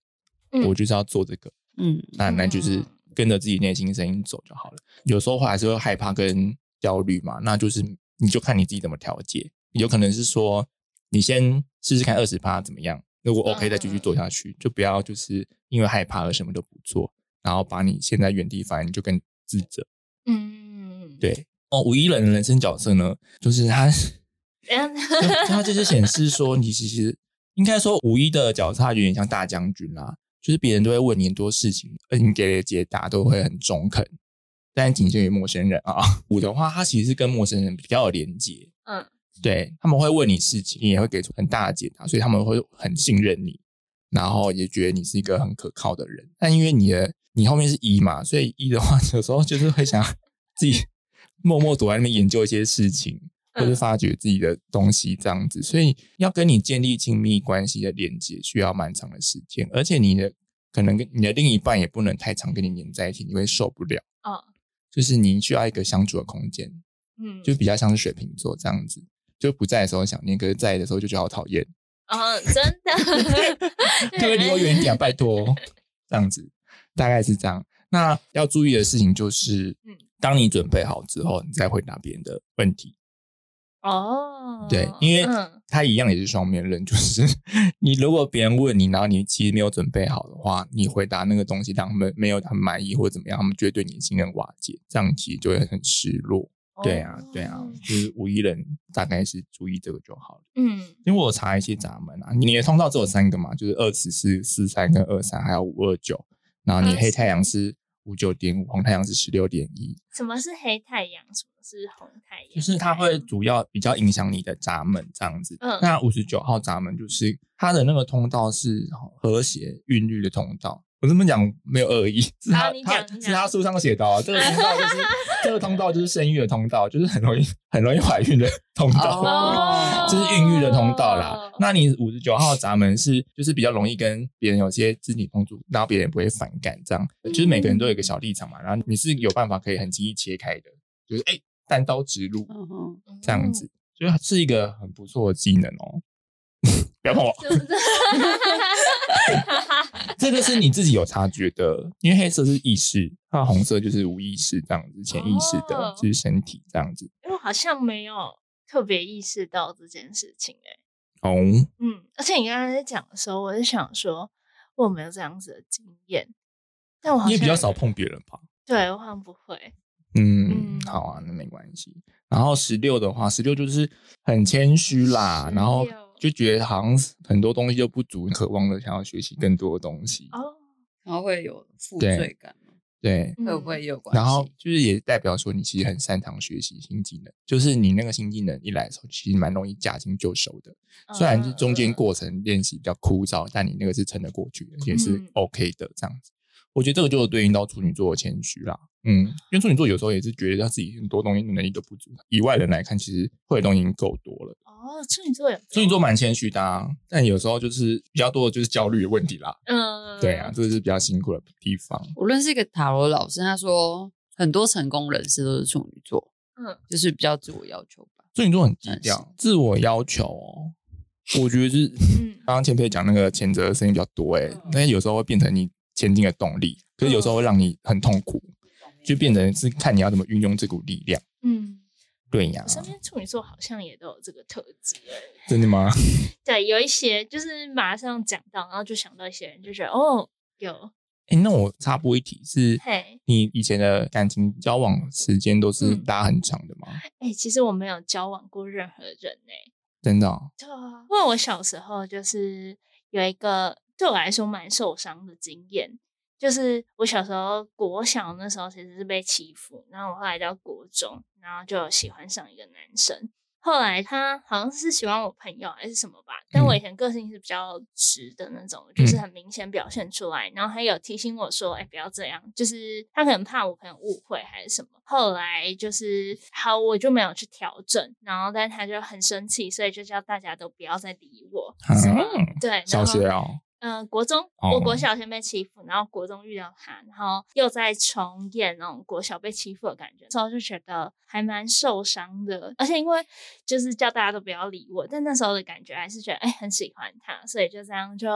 Speaker 3: 嗯
Speaker 2: 我就是要做这个，
Speaker 1: 嗯，
Speaker 2: 那那就是
Speaker 3: 嗯
Speaker 2: 跟着自己内心声音走就好了。有时候还是会害怕跟焦虑嘛，那就是你就看你自己怎么调节。有可能是说你先试试看二十趴怎么样，如果 OK
Speaker 3: 嗯
Speaker 2: 再继续做下去，就不要就是因为害怕而什么都不做，然后把你现在原地反正就更自责。
Speaker 3: 嗯，
Speaker 2: 对哦，五一人的人生角色呢，就是他
Speaker 3: 怎样？
Speaker 2: 它就是显示说，你其实应该说五一的脚踏有点像大将军啦，就是别人都会问你很多事情，而你给的解答都会很中肯，但仅限于陌生人啊。五的话，它其实是跟陌生人比较有连接，
Speaker 3: 嗯
Speaker 2: 对他们会问你事情，你也会给出很大的解答，所以他们会很信任你，然后也觉得你是一个很可靠的人。但因为你的你后面是一嘛，所以一的话有时候就是会想自己默默躲在那边研究一些事情，或是
Speaker 3: 嗯
Speaker 2: 发掘自己的东西这样子。所以要跟你建立亲密关系的连接，需要蛮长的时间，而且你的可能跟你的另一半也不能太常跟你黏在一起，你会受不了。
Speaker 3: 哦
Speaker 2: 就是你需要一个相处的空间，
Speaker 3: 嗯，
Speaker 2: 就比较像是水瓶座这样子，就不在的时候想念，可是在的时候就觉得好讨厌。
Speaker 3: 嗯，真
Speaker 2: <laughs>
Speaker 3: 的，
Speaker 2: 各位离我远一点啊，拜托哦，这样子，大概是这样。那要注意的事情就是
Speaker 3: 嗯，
Speaker 2: 当你准备好之后，你再回答别人的问题。
Speaker 3: <laughs> 哦，
Speaker 2: 对，因为
Speaker 3: 嗯
Speaker 2: 它一样也是双面刃，就是 <laughs> 你如果别人问你，然后你其实没有准备好的话，你回答那个东西让他们没有很满意或怎么样，他们就会对你信任瓦解，这样其实就会很失落。
Speaker 3: 哦
Speaker 2: 对啊，对啊，就是无一人大概是注意这个就好了。
Speaker 3: 嗯
Speaker 2: 因为我有查一些闸门啊，你的通道只有三个嘛，就是二十四、四三跟二三，还有五二九。然后你黑太阳是五九点五，红太阳是十六点一，
Speaker 3: 什么是黑太阳，什么是红太阳？
Speaker 2: 就是它会主要比较影响你的闸门这样子。
Speaker 3: 嗯
Speaker 2: 那五十九号闸门就是它的那个通道是和谐韵律的通道。我这么讲没有恶意， <laughs> 是
Speaker 3: 好
Speaker 2: 他
Speaker 3: 啊你
Speaker 2: 他
Speaker 3: 讲你
Speaker 2: 是他
Speaker 3: 讲
Speaker 2: 书上写到啊，这个通道就是
Speaker 3: <laughs>
Speaker 2: 这个通道就是生育的通道，就是很容易很容易怀孕的通道。
Speaker 1: 哦
Speaker 2: <laughs>
Speaker 3: 哦，嗯
Speaker 2: 这是孕育的通道啦。那你五十九号闸门是就是比较容易跟别人有些肢体碰触，然后别人也不会反感，这样
Speaker 3: 嗯
Speaker 2: 就是每个人都有一个小立场嘛，然后你是有办法可以很轻易切开的，就是哎、单刀直入
Speaker 1: 嗯哼，
Speaker 2: 这样子，所以它是一个很不错的技能哦。 <laughs> 不要碰我，
Speaker 3: 嗯，是不是？
Speaker 2: <laughs> 这个是你自己有察觉的，因为黑色是意识，那红色就是无意识这样子，潜意识的，
Speaker 3: 哦
Speaker 2: 就是身体这样子。
Speaker 3: 嗯因为我好像没有特别意识到这件事情哎、
Speaker 2: 哦，
Speaker 3: 嗯，而且你刚才在讲的时候，我就想说我没有这样子的经验，但我好
Speaker 2: 你也
Speaker 3: 像
Speaker 2: 比较少，碰别人吧？
Speaker 3: 对我好像不会，
Speaker 2: 嗯
Speaker 3: 嗯，
Speaker 2: 好啊，那没关系。然后十六的话，十六就是很谦虚啦，然后
Speaker 3: 16
Speaker 2: 就觉得好像很多东西就不足，渴望的想要学习更多的东西。
Speaker 3: 哦，
Speaker 1: 然后会有负
Speaker 2: 对
Speaker 1: 罪感吗，
Speaker 2: 对，
Speaker 3: 嗯
Speaker 1: 会不会也有关系？
Speaker 2: 然后就是也代表说你其实很擅长学习新技能，就是你那个新技能一来的时候，其实蛮容易驾轻就熟的。
Speaker 3: 嗯
Speaker 2: 虽然是中间过程练习比较枯燥，但你那个是撑得过去的，也是
Speaker 3: 嗯
Speaker 2: OK 的这样子。我觉得这个就有对应到处女座的谦虚啦，嗯，因为处女座有时候也是觉得他自己很多东西能力都不足，以外人来看，其实会的东西已经够多了。
Speaker 3: 哦，处女座有
Speaker 2: 处女座蛮谦虚的、啊，但有时候就是比较多的就是焦虑的问题啦。
Speaker 3: 嗯，
Speaker 2: 对啊，，这个是比较辛苦的地方。
Speaker 1: 我认识一个塔罗老师，他说很多成功人士都是处女座，
Speaker 3: 嗯，
Speaker 1: 就是比较自我要求吧。
Speaker 2: 处女座很低
Speaker 3: 哎
Speaker 1: 但是
Speaker 2: 调，自我要求哦。我觉得就是
Speaker 3: 嗯
Speaker 2: 刚刚前辈讲那个谴责的声音比较多、欸，哎，但是有时候会变成你前进的动力，可是有时候会让你很痛苦，就变成是看你要怎么运用这股力量。
Speaker 3: 嗯，
Speaker 2: 对呀
Speaker 3: 我，身边处女座好像也都有这个特质哎、
Speaker 2: 真的 <laughs> 吗？
Speaker 3: 对，有一些就是马上讲到，然后就想到一些人就觉得哦，有
Speaker 2: 哎、那我插播一题是
Speaker 3: 嘿，
Speaker 2: 你以前的感情交往时间都是
Speaker 3: 嗯
Speaker 2: 拉很长的吗？
Speaker 3: 哎、其实我没有交往过任何人哎、
Speaker 2: 真的哦、
Speaker 3: 对啊，因为我小时候就是有一个对我来说蛮受伤的经验，就是我小时候国小那时候其实是被欺负，然后我后来到国中，然后就有喜欢上一个男生。后来他好像是喜欢我朋友还是什么吧，但
Speaker 2: 嗯
Speaker 3: 我以前个性是比较直的那种，就是很明显表现出来。然后他有提醒我说：“哎、不要这样。”就是他可能怕我朋友误会还是什么。后来就是好，我就没有去调整，然后但他就很生气，所以就叫大家都不要再理我。什么
Speaker 2: 嗯
Speaker 3: 对，然
Speaker 2: 小
Speaker 3: 后
Speaker 2: 学哦，
Speaker 3: 嗯、国中，
Speaker 2: 哦
Speaker 3: 我国小先被欺负，然后国中遇到他，然后又在重演那种国小被欺负的感觉，之后就觉得还蛮受伤的。而且因为就是叫大家都不要理我，但那时候的感觉还是觉得哎、很喜欢他，所以就这样就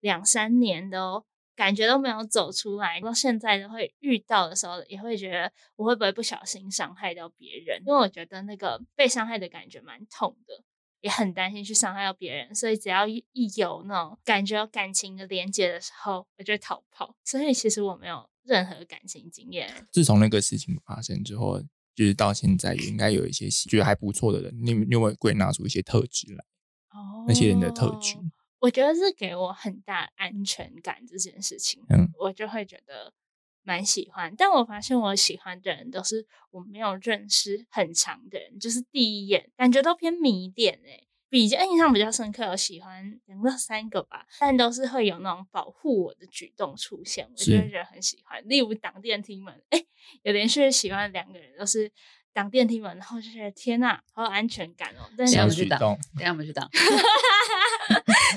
Speaker 3: 两三年都感觉都没有走出来。到现在都会遇到的时候，也会觉得我会不会不小心伤害到别人，因为我觉得那个被伤害的感觉蛮痛的。也很担心去伤害到别人，所以只要一一有那种感觉有感情的连接的时候，我就会逃跑。所以其实我没有任何感情经验。
Speaker 2: 自从那个事情发生之后，就是到现在也应该有一些喜觉得还不错的人，你你有没有归纳出一些特质来？
Speaker 3: 哦
Speaker 2: 那些人的特质，
Speaker 3: 我觉得是给我很大安全感这件事情，
Speaker 2: 嗯
Speaker 3: 我就会觉得蛮喜欢。但我发现我喜欢的人都是我没有认识很长的人，就是第一眼感觉都偏迷恋哎、比较印象比较深刻，有喜欢两到三个吧，但都是会有那种保护我的举动出现，我
Speaker 2: 是
Speaker 3: 就会觉得很喜欢。例如挡电梯门，哎、有连续喜欢两个人都是挡电梯门，然后就觉得天呐、好有安全感哦。但是
Speaker 1: 小
Speaker 2: 小
Speaker 1: 知
Speaker 2: 举
Speaker 1: 道
Speaker 2: 动。
Speaker 1: 等一下我们去
Speaker 2: 啊
Speaker 1: 当，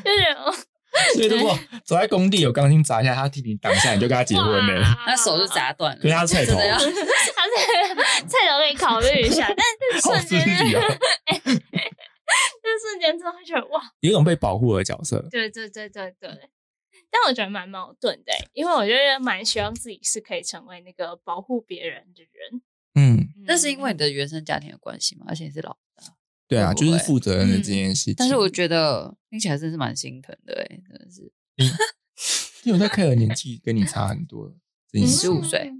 Speaker 3: 就是哦，
Speaker 2: <laughs> 所以如果走在工地有钢筋砸一下，他替你挡一下，你就跟他结婚 <laughs> 了。
Speaker 3: 哇
Speaker 1: 那手就砸断了。
Speaker 2: 可是啊他菜头
Speaker 1: 真的要
Speaker 3: 他是菜头可以考虑一
Speaker 1: <laughs>
Speaker 3: 下，但是
Speaker 2: 好
Speaker 3: 瞬
Speaker 2: 失
Speaker 3: 间，
Speaker 2: 礼
Speaker 1: 啊
Speaker 2: 哦，
Speaker 3: 但瞬间之后会觉得哇，
Speaker 2: 有一种被保护的角色。
Speaker 3: 对对对对对。但我觉得蛮矛盾的欸、因为我觉得蛮希望自己是可以成为那个保护别人的人。
Speaker 2: 嗯，
Speaker 1: 那是因为
Speaker 3: 嗯
Speaker 1: 你的原生家庭的关系嘛，而且你是老大。
Speaker 2: 对啊，
Speaker 1: 会不
Speaker 2: 就是
Speaker 1: 会
Speaker 2: 负责任的这件事情。
Speaker 1: 但是我觉得听起来真是蛮心疼的、欸，真的是。
Speaker 2: 因为我在 K 的年纪跟你差很多，这件事
Speaker 1: 15岁
Speaker 3: 嗯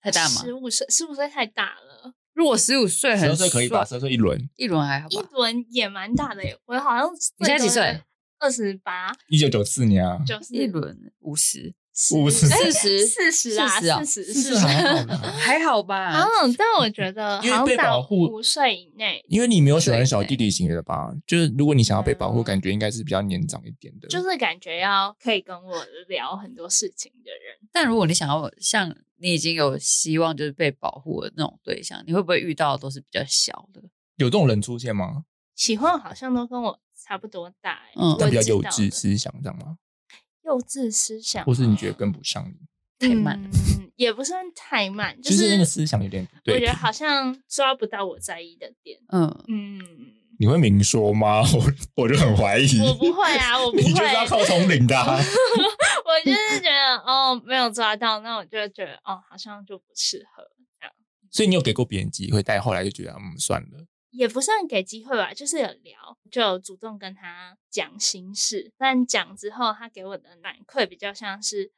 Speaker 1: 太大吗？
Speaker 3: 十五岁，十五岁太大了。
Speaker 1: 如果十五岁
Speaker 2: 十
Speaker 1: 很
Speaker 2: 二岁可以吧？
Speaker 1: 爽
Speaker 2: 十二岁一轮，
Speaker 1: 一轮还好
Speaker 3: 一
Speaker 1: 吧？
Speaker 3: 轮也蛮大的耶，我好像
Speaker 1: 你现在几
Speaker 2: 啊
Speaker 1: 岁？
Speaker 3: 二十八，
Speaker 2: 一九九四年啊，
Speaker 3: 就是
Speaker 1: 一轮五十，
Speaker 2: 50
Speaker 1: 四十
Speaker 3: 哎四十啊，
Speaker 1: 40啊
Speaker 3: 四十，
Speaker 2: 是
Speaker 3: 四
Speaker 2: 还
Speaker 3: <laughs> 十。
Speaker 2: 好啊啦
Speaker 1: <laughs> 还好吧？
Speaker 3: 嗯，但我觉得
Speaker 2: 因为
Speaker 3: 好
Speaker 2: 被
Speaker 3: 像到
Speaker 2: 保护
Speaker 3: 五岁以内，
Speaker 2: 因为你没有喜欢小弟弟型的吧？就是如果你想要被保护，感觉应该是比较年长一点的。
Speaker 3: 嗯就是感觉要可以跟我聊很多事情的人。
Speaker 1: 但如果你想要像你已经有希望就是被保护的那种对象，你会不会遇到的都是比较小的？
Speaker 2: 有这种人出现吗？
Speaker 3: 喜欢好像都跟我差不多大、欸，
Speaker 1: 嗯
Speaker 2: 但
Speaker 3: 我
Speaker 2: 比较
Speaker 3: 知
Speaker 2: 幼
Speaker 3: 道
Speaker 2: 稚
Speaker 3: 的
Speaker 2: 思想，这样吗？
Speaker 3: 幼稚思想，
Speaker 2: 或是你觉得跟不上你？
Speaker 1: 太慢了
Speaker 3: 嗯，也不算太慢，就
Speaker 2: 其实那个
Speaker 3: 是
Speaker 2: 思想有点不
Speaker 3: 我
Speaker 2: 对
Speaker 3: 觉
Speaker 2: 频 <laughs>
Speaker 3: 得。好像抓不到我在意的点。
Speaker 1: 嗯，
Speaker 3: 嗯，
Speaker 2: 你会明说吗？我我就很怀疑。
Speaker 3: 我不会啊，我不
Speaker 2: 你就是
Speaker 3: 会，
Speaker 2: 要靠通灵的啊、 <laughs>
Speaker 3: 我就是觉得哦，没有抓到，那我就觉得哦，好像就不适合。
Speaker 2: 所以你有给过别人机会，但后来就觉得嗯算了。
Speaker 3: 也不算给机会吧，就是有聊，就有主动跟他讲心事。但讲之后，他给我的反馈比较像是，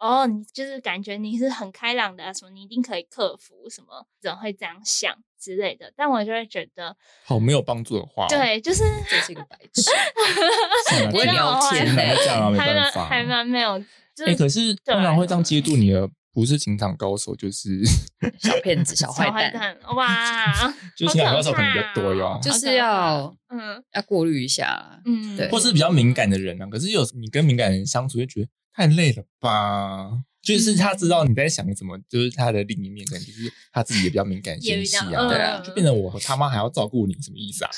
Speaker 3: 哦，你就是感觉你是很开朗的、啊，什么你一定可以克服，什么人会这样想之类的。但我就会觉得，
Speaker 2: 好没有帮助的话，，
Speaker 3: 对，就是
Speaker 1: 这是一个白痴。
Speaker 2: 算了
Speaker 1: 不会聊天
Speaker 2: 直男就这样啊，没
Speaker 3: 还蛮
Speaker 2: 办法。
Speaker 3: <laughs> 还蛮没有，就
Speaker 2: 哎、可
Speaker 3: 是
Speaker 2: 是通
Speaker 3: 啊
Speaker 2: 常会这样接住你的，不是情场高手，就是 <laughs>
Speaker 1: 小骗子、小坏
Speaker 3: 坏
Speaker 1: 蛋，
Speaker 3: 蛋，哇，
Speaker 2: 就是情场高手可能比较多哟
Speaker 3: 好可怕哦，
Speaker 1: 就是要
Speaker 3: 嗯
Speaker 1: 要过滤一下。
Speaker 3: 嗯，
Speaker 1: 对
Speaker 2: 或是比较敏感的人啊。可是有你跟敏感人相处，就觉得太累了吧。就是他知
Speaker 3: 嗯
Speaker 2: 道你在想什么，就是他的另一面，可能就是他自己也比较敏感
Speaker 3: 也
Speaker 2: 纤
Speaker 3: 比
Speaker 2: 细
Speaker 3: 较
Speaker 2: 啊，
Speaker 3: 嗯
Speaker 1: 对啊
Speaker 2: 就变成我我他妈还要照顾你，什么意思啊？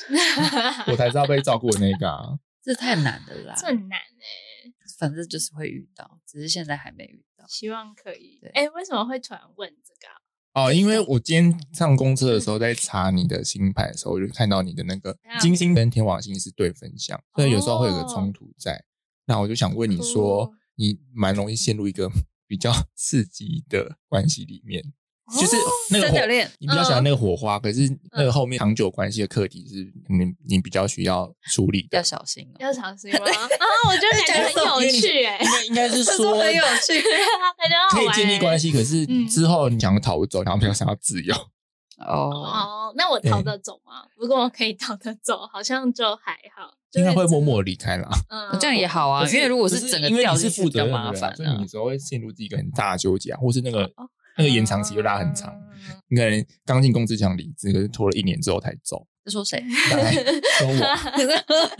Speaker 2: 我才是要被照顾的那个啊。
Speaker 1: 这太难了啦，
Speaker 3: <laughs> <sighs> 这很难哎、
Speaker 1: 反正就是会遇到，只是现在还没遇到。
Speaker 3: 希望可以
Speaker 1: 对。
Speaker 3: 哎、为什么会突然问这个啊、
Speaker 2: 哦，因为我今天上公车的时候，在查你的星盘的时候，我就看到你的那个
Speaker 3: 嗯
Speaker 2: 金星跟天王星是对分相，所以有时候会有个冲突在。那我就想问你说
Speaker 3: 哦，
Speaker 2: 你蛮容易陷入一个 <laughs> 比较刺激的关系里面，
Speaker 3: 哦
Speaker 2: 就是那个
Speaker 1: 三角
Speaker 2: 火，
Speaker 1: 恋，
Speaker 2: 你比较喜欢那个火花，可是那个后面长久关系的课题是你你比较需要处理
Speaker 1: 要
Speaker 2: 的。
Speaker 1: 小心
Speaker 3: <laughs>
Speaker 1: 哦。
Speaker 3: 要尝试吗？啊，我觉
Speaker 2: <laughs>
Speaker 3: 得 <laughs> 感觉很有趣哎、
Speaker 2: 应该应该是 <laughs> 说。
Speaker 1: 很有趣
Speaker 3: 感觉很好
Speaker 2: 可以
Speaker 3: 玩、欸。
Speaker 2: 建立关系，可是
Speaker 3: 嗯
Speaker 2: 之后你想要逃走，然后比较想要自由，
Speaker 1: <laughs> 哦，
Speaker 3: 哦，那我逃得走吗？如果我可以逃得走，好像就还好。
Speaker 2: 应该会默
Speaker 3: 摸，
Speaker 2: 默离开啦。
Speaker 3: 嗯，
Speaker 1: 这样也好啊，
Speaker 2: 可
Speaker 1: 因为如果
Speaker 2: 可
Speaker 1: 是整个
Speaker 2: 因为
Speaker 1: 掉
Speaker 2: 你是
Speaker 1: 进去
Speaker 2: 负
Speaker 1: 比
Speaker 2: 责
Speaker 1: 较
Speaker 2: 任的
Speaker 1: 麻
Speaker 2: 人
Speaker 1: 烦
Speaker 2: 啊，所以你有
Speaker 1: 啊。
Speaker 2: 时候会陷入自己一个很大的纠结啊，或是那个
Speaker 1: 哦
Speaker 2: 那个延长期就拉很长。
Speaker 3: 嗯
Speaker 2: 你可能刚进公司想离职，可是拖了一年之后才走，
Speaker 3: <laughs>
Speaker 1: 在说谁？ <laughs>
Speaker 2: 大概说我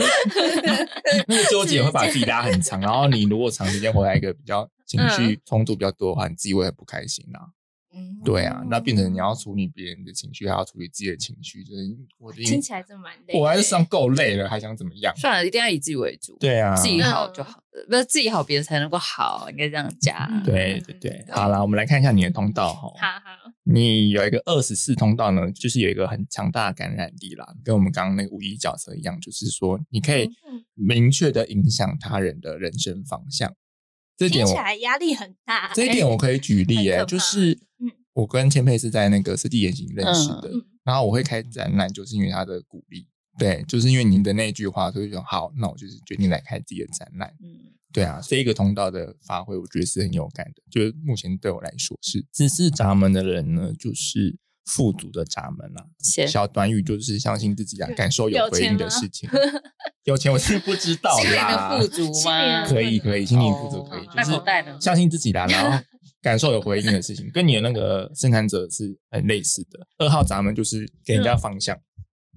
Speaker 2: 那个纠结会把自己拉很长，然后你如果长时间活在一个比
Speaker 3: <laughs>
Speaker 2: 较情绪冲突比较多的话，你自己会很不开心啊。
Speaker 3: 嗯
Speaker 2: 对啊，那变成你
Speaker 3: 哦
Speaker 2: 要处理别人的情绪，还要处理自己的情绪，就是我已
Speaker 3: 嗯听
Speaker 2: 经
Speaker 3: 起来真蛮累的。欸
Speaker 2: 我还是上够累了，还想怎么样？
Speaker 1: 算了，一定要以自己为主。
Speaker 2: 对啊，
Speaker 1: 自己好就好，呃不是自己好，别人才能够好，应该这样讲。
Speaker 2: 对对对，好啦，我们来看一下你的通道哈。
Speaker 3: 好好，
Speaker 2: 你有一个二十四通道呢，就是有一个很强大的感染力啦，跟我们刚刚那个五一角色一样，就是说你可以
Speaker 3: 嗯
Speaker 2: 明确的影响他人的人生方向。这
Speaker 3: 听
Speaker 2: 点
Speaker 3: 起
Speaker 2: 我
Speaker 3: 来压力很大欸。
Speaker 2: 这一点我可以举例耶、
Speaker 3: 很可怕
Speaker 2: 就是
Speaker 3: 嗯
Speaker 2: 我跟千佩是在那个实体演行认识的，
Speaker 3: 嗯
Speaker 2: 然后我会开展览，就是因为他的鼓励，对，就是因为您的那句话，所以说好，那我就是决定来开自己的展览。
Speaker 3: 欸
Speaker 1: 嗯，
Speaker 2: 对啊，这一个通道的发挥，我觉得是很有感的。就是目前对我来说是，只是闸门的人呢，就是富足的闸门啦、
Speaker 1: 谢谢。
Speaker 2: 小短语就是相信自己啊，
Speaker 3: 有
Speaker 2: 感受有回应的事
Speaker 1: <laughs>
Speaker 2: 情。有钱我是不知道啊
Speaker 1: 心灵的
Speaker 2: 啦
Speaker 1: 富，足吗？
Speaker 3: 心
Speaker 2: 可
Speaker 3: 灵
Speaker 2: 以可以，心灵富足可以，
Speaker 1: 哦
Speaker 2: 就
Speaker 1: 那
Speaker 2: 是
Speaker 1: 口袋呢？
Speaker 2: 相信自己啦，然后感受有回应的事情，跟你的那个生产者是很类似的。二号闸门就是给人家
Speaker 1: 嗯
Speaker 2: 方向，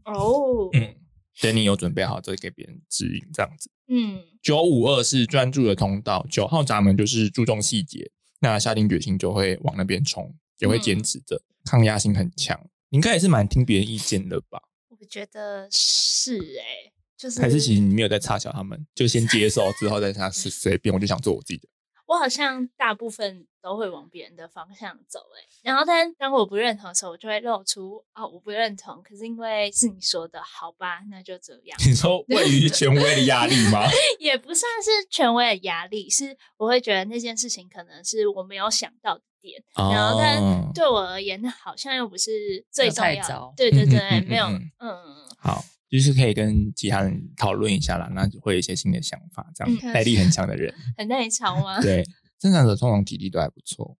Speaker 3: 哦，
Speaker 2: 嗯，等你有准备好再给别人指引这样子。
Speaker 3: 嗯
Speaker 2: 九五二是专注的通道，九号闸门就是注重细节，那下定决心就会往那边冲，也
Speaker 3: 嗯
Speaker 2: 会坚持着，抗压性很强。你应该也是蛮听别人意见的吧？
Speaker 3: 我觉得是哎，就是
Speaker 2: 还是其实你没有在插小他们，就先接受之后再插是随便，我就想做我自己的。 <laughs>
Speaker 3: 我好像大部分都会往别人的方向走、欸，然后但当我不认同的时候，我就会露出哦，我不认同，可是因为是你说的，好吧，那就这
Speaker 2: <laughs>
Speaker 3: 样，
Speaker 2: 你说位于权威的压力吗？
Speaker 3: 也不算是权威的压力，是我会觉得那件事情可能是我没有想到的点， <laughs> 然后但
Speaker 2: 哦，
Speaker 3: 对我而言，那好像又不是最重
Speaker 1: 没有
Speaker 3: 要
Speaker 1: 太
Speaker 3: 的
Speaker 1: 糟，
Speaker 3: 对对
Speaker 2: 嗯嗯
Speaker 3: 对，
Speaker 2: 嗯
Speaker 3: 没有，
Speaker 2: 嗯
Speaker 3: 嗯
Speaker 2: 好，就是可以跟其他人讨论一下啦，那就会有一些新的想法，这样
Speaker 3: 嗯
Speaker 2: 耐力很强的人，
Speaker 3: 很耐操吗？
Speaker 2: 对，生产者通常体力都还不错，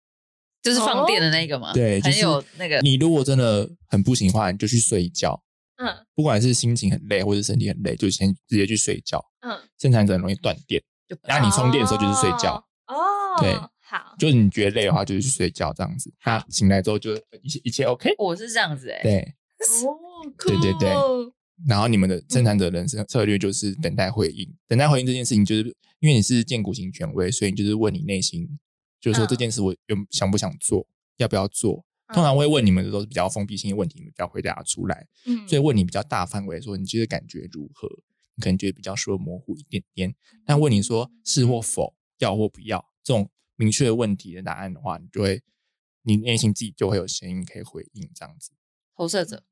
Speaker 1: 就是放电的那个嘛，
Speaker 2: 哦对，就
Speaker 1: 很
Speaker 2: 是
Speaker 1: 有那个
Speaker 2: 你如果真的很不行的话，你就去睡一觉，
Speaker 3: 嗯
Speaker 2: 不管是心情很累或者身体很累，就先直接去睡觉。
Speaker 3: 嗯，
Speaker 2: 生产者很容易断电，
Speaker 1: 就
Speaker 2: 然后你充电的时候就是睡觉，
Speaker 3: 哦，
Speaker 2: 对
Speaker 3: 哦好，
Speaker 2: 就是你觉得累的话，就是去睡觉这样子。那醒来之后就一切一切 OK，
Speaker 1: 我是这样子哎、
Speaker 2: 对。
Speaker 3: 哦，
Speaker 2: 对对对
Speaker 3: cool
Speaker 2: 然后你们的生产者人生策略就是等待回应，等待回应这件事情，就是因为你是建骨型权威，所以你就是问你内心，就是说
Speaker 3: 嗯
Speaker 2: 这件事我有想不想做，要不要做。通常会问你们的都是比较封闭性的问题，你们比较回答得出来。
Speaker 3: 嗯，
Speaker 2: 所以问你比较大范围说，你觉得感觉如何？你可能觉得比较说模糊一点点。但问你说是或否，要或不要这种明确的问题的答案的话，你就会你内心自己就会有声音可以回应这样子。
Speaker 1: 投射者，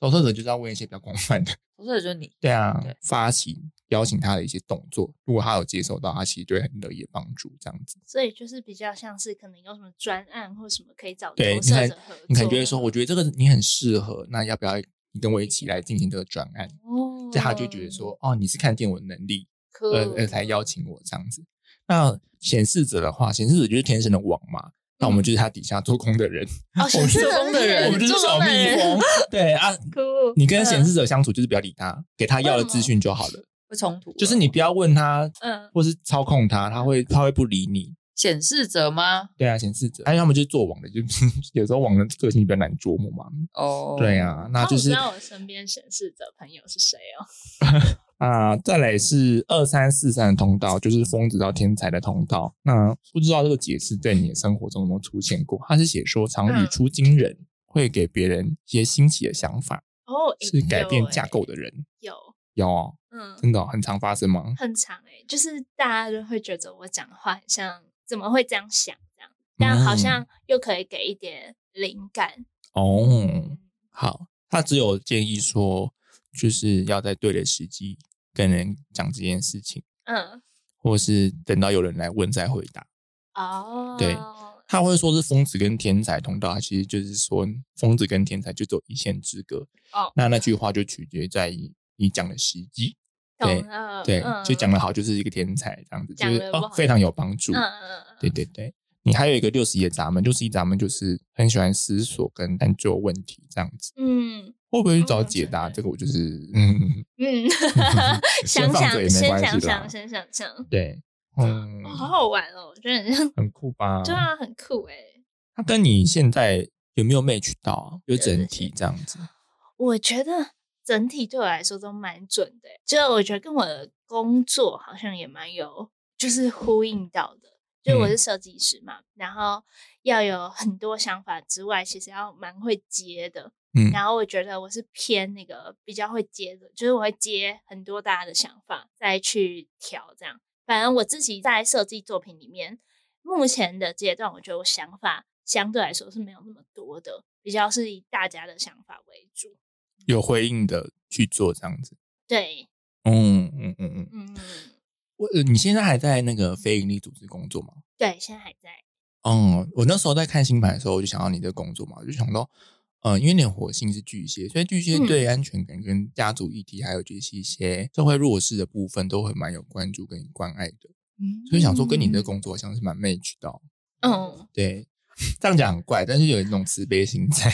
Speaker 2: 投射者就是要问一些比较广泛的，
Speaker 1: 投射者就是你，
Speaker 2: 对啊，
Speaker 1: 对
Speaker 2: 发起邀请他的一些动作，如果他有接受到，他其实就会很乐意帮助这样子。
Speaker 3: 所以就是比较像是可能有什么专案或什么可以找
Speaker 2: 对
Speaker 3: 投
Speaker 2: 你
Speaker 3: 射
Speaker 2: 看
Speaker 3: 者合作，
Speaker 2: 你可能就会
Speaker 3: 啊
Speaker 2: 说，我觉得这个你很适合，那要不要你跟我一起来进行这个专案？
Speaker 3: 哦，
Speaker 2: 这样他就觉得说，哦，你是看见我的能力，
Speaker 3: cool，
Speaker 2: 呃呃才邀请我这样子。那显示者的话，显示者就是天生的王嘛，那我们就是他底下做工的人，
Speaker 3: 哦， <laughs>
Speaker 2: 我们
Speaker 3: 是
Speaker 2: 是
Speaker 1: 做工的人
Speaker 2: 我们就是
Speaker 3: 做
Speaker 2: 小
Speaker 3: 工的
Speaker 2: 蜜
Speaker 3: 人，
Speaker 2: 蜂。对啊，
Speaker 3: cool，
Speaker 2: 你跟显
Speaker 3: 嗯
Speaker 2: 示者相处就是不要理他，给他要的资讯就好了，
Speaker 1: 会冲突了，
Speaker 2: <laughs> 就是你不要问他
Speaker 3: 嗯
Speaker 2: 或是操控他，他会他会不理你。
Speaker 1: 显示者吗？
Speaker 2: 对啊，显示者，哎，要么就是 <laughs> 做网的，就有时候网的个性比较难琢磨嘛。
Speaker 1: 哦，
Speaker 2: 对，啊，那
Speaker 3: 哦
Speaker 2: 就
Speaker 3: 我
Speaker 2: 是
Speaker 3: 知道我身边显示者朋友是谁哦，
Speaker 2: 啊，再来是二三四三的通道，就是疯子到天才的通道。那不知道这个解释在你的生活中有没有出现过？他是写说常
Speaker 3: 嗯
Speaker 2: 语出惊人，会给别人一些新奇的想法，
Speaker 3: 哦，诶
Speaker 2: 是改变
Speaker 3: 有诶
Speaker 2: 架构的人。
Speaker 3: 有，
Speaker 2: 有哦，
Speaker 3: 嗯，
Speaker 2: 真的哦、很常发生吗？
Speaker 3: 很长哎、就是大家就会觉得我讲的话很像，怎么会这样想这样？但
Speaker 2: 嗯
Speaker 3: 好像又可以给一点灵感。
Speaker 2: 哦，好，他只有建议说，就是要在对的时机跟人讲这件事情，
Speaker 3: 嗯，
Speaker 2: 或是等到有人来问再回答。
Speaker 3: 哦，
Speaker 2: 对他会说是疯子跟天才通道，他其实就是说疯子跟天才就走一线之隔。
Speaker 3: 哦
Speaker 2: 那那句话就取决在于你讲的时机。对
Speaker 3: 懂了，
Speaker 2: 对，
Speaker 3: 嗯、
Speaker 2: 就讲的好就是一个天才这样子，就
Speaker 3: 讲
Speaker 2: 是
Speaker 3: 得不
Speaker 2: 哦
Speaker 3: 好
Speaker 2: 非常有帮助。
Speaker 3: 嗯，嗯嗯，
Speaker 2: 对对对，你还有一个六十一的闸门，六十一闸门就是很喜欢思索跟探究问题这样子。
Speaker 3: 嗯
Speaker 2: 会不会去
Speaker 3: 哦
Speaker 2: 找解答？
Speaker 3: 真的
Speaker 2: 这个我就是嗯， <laughs>
Speaker 3: 嗯， <laughs>
Speaker 2: 先
Speaker 3: 想
Speaker 2: 放
Speaker 3: 想
Speaker 2: 着也没
Speaker 3: 先
Speaker 2: 关系
Speaker 3: 想
Speaker 2: 啦
Speaker 3: 想先想想，
Speaker 2: 对，嗯
Speaker 3: 哦，，好好玩哦，我觉得很像，
Speaker 2: 很酷吧？
Speaker 3: 对，啊，很酷哎、
Speaker 2: 它跟你现在有没有 match 到啊？有整
Speaker 3: 对
Speaker 2: 体这样子。
Speaker 3: 我觉得整体对我来说都蛮准的欸，就我觉得跟我的工作好像也蛮有，就是呼应到的。就我是设计师嘛，然后要有很多想法之外，其实要蛮会接的。
Speaker 2: 嗯
Speaker 3: 然后我觉得我是偏那个比较会接的，就是我会接很多大家的想法，再去调这样。反正我自己在设计作品里面，目前的阶段，我觉得我想法相对来说是没有那么多的，比较是以大家的想法为主。
Speaker 2: 有回应的去做这样子。
Speaker 3: 对，
Speaker 2: 嗯嗯嗯嗯，
Speaker 3: 嗯，
Speaker 2: 我呃你现在还在那个非营利组织工作吗？
Speaker 3: 对，现在还在。
Speaker 2: 嗯，我那时候在看新版的时候，我就想到你的工作嘛，我就想到，呃，因为你的火星是巨蟹，所以巨蟹
Speaker 3: 嗯
Speaker 2: 对安全感跟家族议题，还有就是一些社会弱势的部分，都会蛮有关注跟关爱的，所以想说跟你的工作好像是蛮 match 到。
Speaker 3: 嗯，
Speaker 2: 对，这样讲很怪，但是有一种慈悲心在，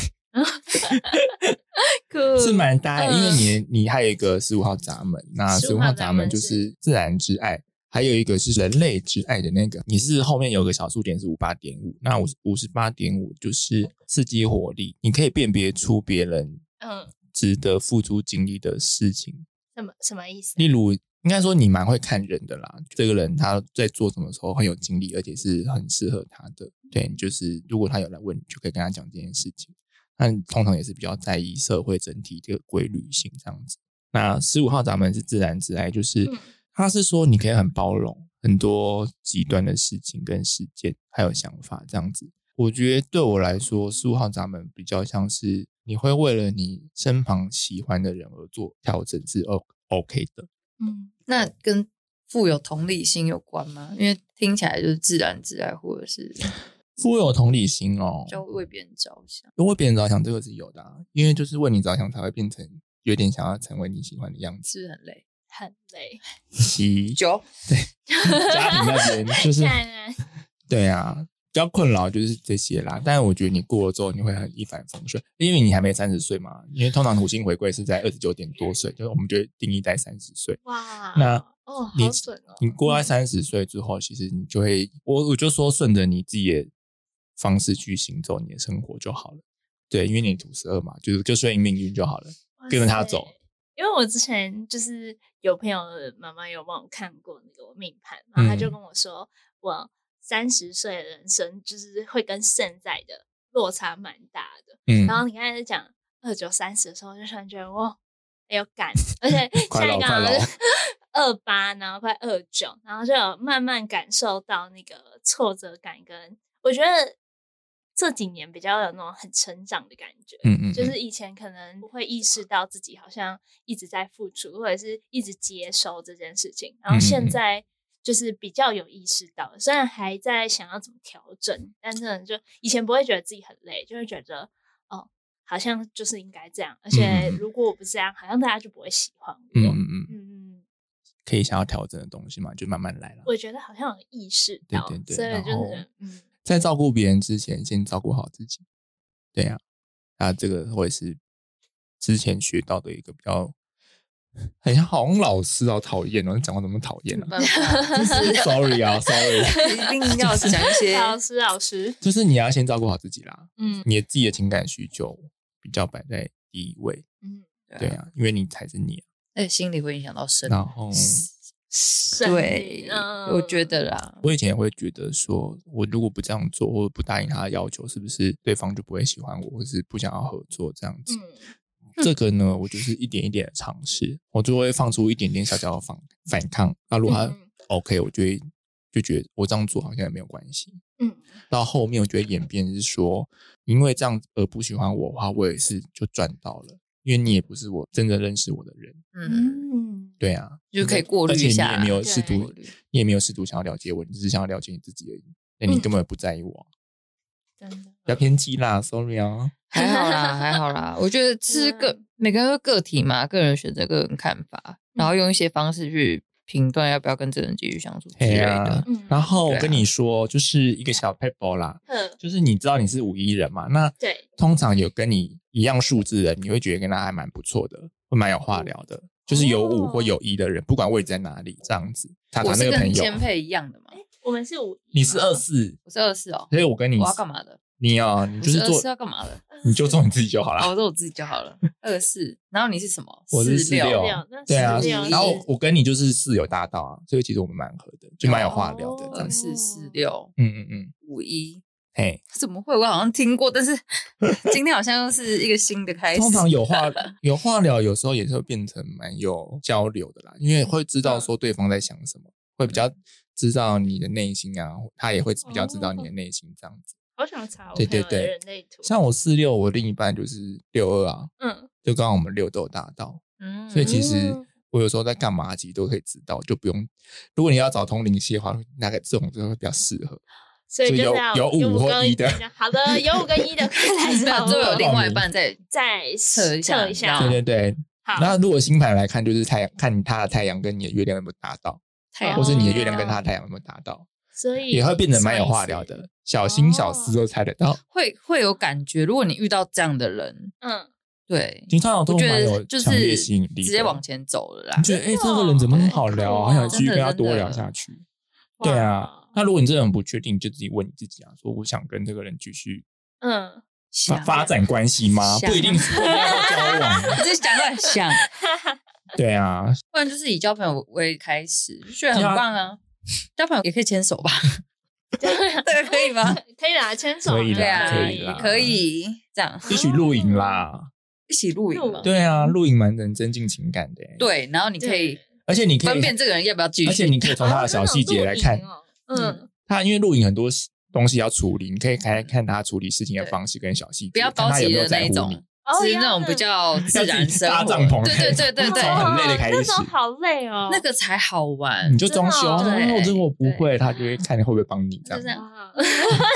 Speaker 3: 酷
Speaker 2: 是蛮搭的。因为
Speaker 3: 嗯
Speaker 2: 你你还有一个十五号闸门，那十
Speaker 3: 15
Speaker 2: 五
Speaker 3: 号
Speaker 2: 号
Speaker 3: 闸
Speaker 2: 闸
Speaker 3: 门
Speaker 2: 门就是是自然之爱，还有一个是人类之爱的那个。你是后面有个小数点是五八点五，那五五十八点五就是刺激活力，你可以辨别出别人
Speaker 3: 嗯，
Speaker 2: 值得付出精力的事情。
Speaker 3: 什么什么意思？
Speaker 2: 例如，应该说你蛮会看人的啦，这个人他在做什么时候很有精力，而且是很适合他的。对，就是如果他有来问，你就可以跟他讲这件事情。那你通常也是比较在意社会整体这个规律性这样子。那十五号闸门是自然之爱，就是
Speaker 3: 嗯
Speaker 2: 他是说你可以很包容很多极端的事情跟事件，还有想法这样子。我觉得对我来说，十五号闸门比较像是你会为了你身旁喜欢的人而做调整是 O OK 的。
Speaker 3: 嗯，
Speaker 1: 那跟富有同理心有关吗？因为听起来就是自然自爱，或者是
Speaker 2: 哦富有同理心哦，
Speaker 1: 就为别人着想。
Speaker 2: 就为别人着想，这个是有的、啊，因为就是为你着想才会变成有点想要成为你喜欢的样子。
Speaker 1: 是不是很累。
Speaker 3: 很累。
Speaker 2: 其
Speaker 1: 九，
Speaker 3: <laughs>
Speaker 2: 家庭那边就是
Speaker 3: 当然
Speaker 2: 对啊，比较困扰就是这些啦。但我觉得你过了之后，你会很一帆风顺，因为你还没三十岁嘛。因为通常土星回归是在二十九点多岁，就是我们觉得定义在三十岁。
Speaker 3: 哇，
Speaker 2: 那
Speaker 3: 哦，
Speaker 2: 你
Speaker 3: 好准哦！
Speaker 2: 你过在三十岁之后，其实你就会，我我就说顺着你自己的方式去行走你的生活就好了。对，因为你土十二嘛，就是就顺应命运就好了。
Speaker 3: 哇
Speaker 2: 跟着他
Speaker 3: 塞
Speaker 2: 走。
Speaker 3: 因为我之前就是有朋友的妈妈有帮我看过那个命盘，然后他就
Speaker 2: 嗯
Speaker 3: 跟我说，我三十岁的人生就是会跟现在的落差蛮大的。
Speaker 2: 嗯，
Speaker 3: 然后你刚才讲二九三十的时候，我就突然觉得哇，很有感，而且
Speaker 2: <laughs> 快
Speaker 3: 下
Speaker 2: 老快
Speaker 3: 一个好像
Speaker 2: 老
Speaker 3: 是 <laughs> 二八，然后快二九，然后就有慢慢感受到那个挫折感跟，我觉得这几年比较有那种很成长的感觉。
Speaker 2: 嗯嗯，
Speaker 3: 就
Speaker 2: 嗯
Speaker 3: 是以前可能不会意识到自己好像一直在付出，或者是一直接收这件事情，然
Speaker 2: 嗯
Speaker 3: 后
Speaker 2: 嗯
Speaker 3: 现
Speaker 2: 嗯
Speaker 3: 在就是比较有意识到了，虽然还在想要怎么调整，但是就以前不会觉得自己很累，就会觉得哦，好像就是应该这样，而且
Speaker 2: 嗯嗯嗯
Speaker 3: 如果我不这样，好像大家就不会喜欢我。
Speaker 2: 嗯嗯
Speaker 3: 嗯
Speaker 2: 嗯，
Speaker 3: 嗯，
Speaker 2: 可以想要调整的东西嘛，就慢慢来了。
Speaker 3: 我觉得好像有意识
Speaker 2: 对
Speaker 3: 到，
Speaker 2: 对对，
Speaker 3: 所以
Speaker 2: 然
Speaker 3: 就
Speaker 2: 后
Speaker 3: 是嗯，
Speaker 2: 在照顾别人之前，先照顾好自己。对呀、啊，啊，这个会是之前学到的一个比较，很像好像老师哦，讨厌哦，你讲话怎么讨厌
Speaker 1: 没
Speaker 2: 呢、
Speaker 1: 办法，就是
Speaker 2: Sorry 啊，Sorry，
Speaker 1: <laughs>
Speaker 3: <laughs>
Speaker 1: 一定要讲一些
Speaker 3: 老师老师，
Speaker 2: 就是你要先照顾好自己啦，
Speaker 3: 嗯
Speaker 2: 你自己的情感需求比较摆在第一位。
Speaker 3: 嗯，
Speaker 2: 对，啊，因为你才是你啊、
Speaker 1: 而且哎心理会影响到身体。
Speaker 2: 然后
Speaker 1: 对，我
Speaker 3: 嗯
Speaker 1: 觉得啦，
Speaker 2: 我以前也会觉得说，我如果不这样做，或者不答应他的要求，是不是对方就不会喜欢我，或是不想要合作这样子？
Speaker 3: 嗯。
Speaker 2: 这个呢，我就是一点一点的尝试，我就会放出一点点小小的反反抗。那如果他
Speaker 3: 嗯嗯
Speaker 2: OK，我就会就觉得我这样做好像也没有关系。
Speaker 3: 嗯
Speaker 2: 到后面我觉得演变是说，因为这样而不喜欢我的话，我也是就赚到了，因为你也不是我真正认识我的人，
Speaker 1: 嗯，
Speaker 3: 嗯，
Speaker 2: 对啊，
Speaker 1: 就可以过滤
Speaker 2: 而且
Speaker 1: 一下
Speaker 2: 你也没有试
Speaker 3: 对
Speaker 2: 图，你也没有试图想要了解我，你只是想要了解你自己而已。那
Speaker 1: 嗯
Speaker 2: 你根本不在意我啊，
Speaker 3: 真的
Speaker 2: 不要偏激啦，sorry 啊。
Speaker 1: 还好啦，还好啦。我觉 <laughs> 得是个
Speaker 3: 嗯
Speaker 1: 每个人都个体嘛，个人选择，个人看法，然后用一些方式去评断要不要跟这个人继续相处之类
Speaker 2: 嘿
Speaker 1: 的
Speaker 2: 啊。
Speaker 3: 嗯
Speaker 2: 然后我
Speaker 1: 对啊
Speaker 2: 跟你说，就是一个小 paper 啦，
Speaker 3: 嗯，
Speaker 2: 就是你知道你是五一人嘛，那
Speaker 3: 对，
Speaker 2: 通常有跟你一样数字的人，你会觉得跟他还蛮不错的，会蛮有话聊的，就是有五
Speaker 3: 哦
Speaker 2: 或有一的人，不管位置在哪里，这样子。塔塔
Speaker 1: 我
Speaker 2: 那
Speaker 1: 是
Speaker 2: 个朋
Speaker 1: 跟
Speaker 2: 友啊
Speaker 1: 千，佩一样的嘛，
Speaker 3: 我们是五，
Speaker 2: 你是二，四，
Speaker 1: 我是二四哦。
Speaker 2: 所以我跟你
Speaker 1: 我要干嘛的？
Speaker 2: 你啊，你
Speaker 1: 我
Speaker 2: 就是是
Speaker 1: 二
Speaker 2: 做
Speaker 1: 四要干嘛的？
Speaker 2: 你就做你自己就好
Speaker 1: 啊，
Speaker 2: 了。
Speaker 1: 我说我自己就
Speaker 2: <laughs>
Speaker 1: 好了。二四，然后你是什么？
Speaker 2: 我是
Speaker 1: 四
Speaker 2: 四六
Speaker 3: 六那，
Speaker 2: 对啊
Speaker 1: 四六，
Speaker 2: 然后
Speaker 1: 是
Speaker 2: 我跟你就是室友搭档啊，所以其实我们蛮合的，就蛮有话聊的
Speaker 3: 哦
Speaker 2: 这样
Speaker 1: 二
Speaker 2: 子。
Speaker 1: 四四六
Speaker 2: 嗯嗯嗯，
Speaker 1: 五一，
Speaker 2: 嘿，
Speaker 1: 怎么会？我好像听过，但是 <laughs> 今天好像又是一个新的开始。
Speaker 2: 通常有 <laughs>
Speaker 1: <laughs>
Speaker 2: 话有话聊，有时候也是会变成蛮有交流的啦，因为会知道说对方在想什么，会比较知道你的内心啊，他也会比较知道你的内心这样子。
Speaker 3: 好想查我
Speaker 2: 对对
Speaker 3: 朋友的
Speaker 2: 对
Speaker 3: 人类图，
Speaker 2: 像我四六，我另一半就是六二啊，
Speaker 3: 嗯，
Speaker 2: 就刚好我们六都有达到，
Speaker 1: 嗯，
Speaker 2: 所以其实
Speaker 3: 嗯
Speaker 2: 我有时候在干嘛，其实都可以知道，就不用。如果你要找通灵系的话，那个这种就会比较适合。
Speaker 3: 所以
Speaker 2: 就
Speaker 3: 就
Speaker 2: 有
Speaker 3: 是要
Speaker 2: 有五
Speaker 3: 五
Speaker 2: 或
Speaker 3: 跟
Speaker 2: 一的
Speaker 3: 好的，有五跟一
Speaker 1: <laughs>
Speaker 3: 的快来
Speaker 1: 没
Speaker 3: 找
Speaker 1: 有，
Speaker 3: 我，
Speaker 1: 就啊有另
Speaker 2: 点
Speaker 1: 外一半在
Speaker 3: 再
Speaker 1: 测一下
Speaker 3: 测一下，哦
Speaker 1: 对
Speaker 2: 对对对。
Speaker 3: 好，
Speaker 2: 那如果星盘来看，就是太阳看他的太阳跟你的月亮有没有搭到，
Speaker 1: 太
Speaker 3: 哦
Speaker 1: 阳，
Speaker 2: 或是你的月亮跟他的太阳有没有搭到。
Speaker 3: 所
Speaker 1: 啊
Speaker 3: 以
Speaker 2: 也会变得蛮有话聊
Speaker 3: 什么意思，
Speaker 2: 的，小心小事都猜得到。
Speaker 1: 会会有感觉。如果你遇到这样的人，
Speaker 3: 嗯，
Speaker 1: 对，
Speaker 2: 金超阳
Speaker 1: 我
Speaker 2: 都
Speaker 1: 觉
Speaker 2: 蛮有
Speaker 1: 得就
Speaker 2: 强烈
Speaker 1: 是
Speaker 2: 吸引力的，
Speaker 1: 直接往前走了啦
Speaker 2: 你。觉得哎、诶
Speaker 3: 真的
Speaker 2: 这个人怎么很好聊啊，
Speaker 3: 哦
Speaker 2: 很想继续跟他
Speaker 1: 真的
Speaker 2: 多
Speaker 1: 真的
Speaker 2: 聊下去。对啊
Speaker 3: 哇，
Speaker 2: 那如果你真的很不确定，你就自己问你自己啊，说我想跟这个人继续
Speaker 3: 嗯，
Speaker 2: 发
Speaker 1: 想
Speaker 2: 发，展关系吗？
Speaker 1: 想
Speaker 2: 不一定是一定要交往。
Speaker 1: <laughs> 你自己
Speaker 2: <laughs>
Speaker 1: 讲乱想，
Speaker 2: 对啊，
Speaker 1: 不然就是以交朋友为开始，就觉得很
Speaker 2: 对啊
Speaker 1: 棒啊。交朋友也可以牵 <laughs> 手吧？
Speaker 3: 对
Speaker 1: 这个可以
Speaker 2: <laughs>
Speaker 1: 吗？
Speaker 3: 可以啦，牵手
Speaker 2: 可以啦
Speaker 1: 对啊，
Speaker 2: 可以啦
Speaker 1: 可以这样
Speaker 2: 一起露营
Speaker 3: 啊
Speaker 2: 啦。
Speaker 1: 一起露营嘛？
Speaker 2: 对啊，露营蛮能增进情感的、欸。，
Speaker 1: 对，然后你可以
Speaker 2: 而且你可
Speaker 1: 分
Speaker 2: 以，
Speaker 1: 辨这个人要不要继
Speaker 2: 而且
Speaker 1: 续。啊
Speaker 2: 你可以从他的小细节来看，嗯
Speaker 3: 哦那种露营哦
Speaker 2: 他因为露营很多东西要处理，你可以看看他处理事情的方式跟小细节，
Speaker 1: 不要
Speaker 2: 看
Speaker 1: 高
Speaker 2: 他有
Speaker 1: 级
Speaker 2: 没有
Speaker 1: 的
Speaker 2: 在乎
Speaker 1: 那哦一
Speaker 2: 你
Speaker 1: 种，。
Speaker 3: 嗯，
Speaker 1: 是那种比较自然生
Speaker 2: 搭
Speaker 1: 活，
Speaker 2: 帐篷
Speaker 1: 对对对 <laughs> 对对，
Speaker 2: 那种很累的开始
Speaker 3: 那种好累哦，
Speaker 1: 那个才好玩
Speaker 2: 你。就装修，
Speaker 3: 真的
Speaker 2: 他
Speaker 3: 哦
Speaker 2: 说
Speaker 1: 对
Speaker 2: 哦，这个我不会，他就会看你会不会帮你这
Speaker 1: 就这
Speaker 2: 样，
Speaker 1: 样，
Speaker 3: 哇。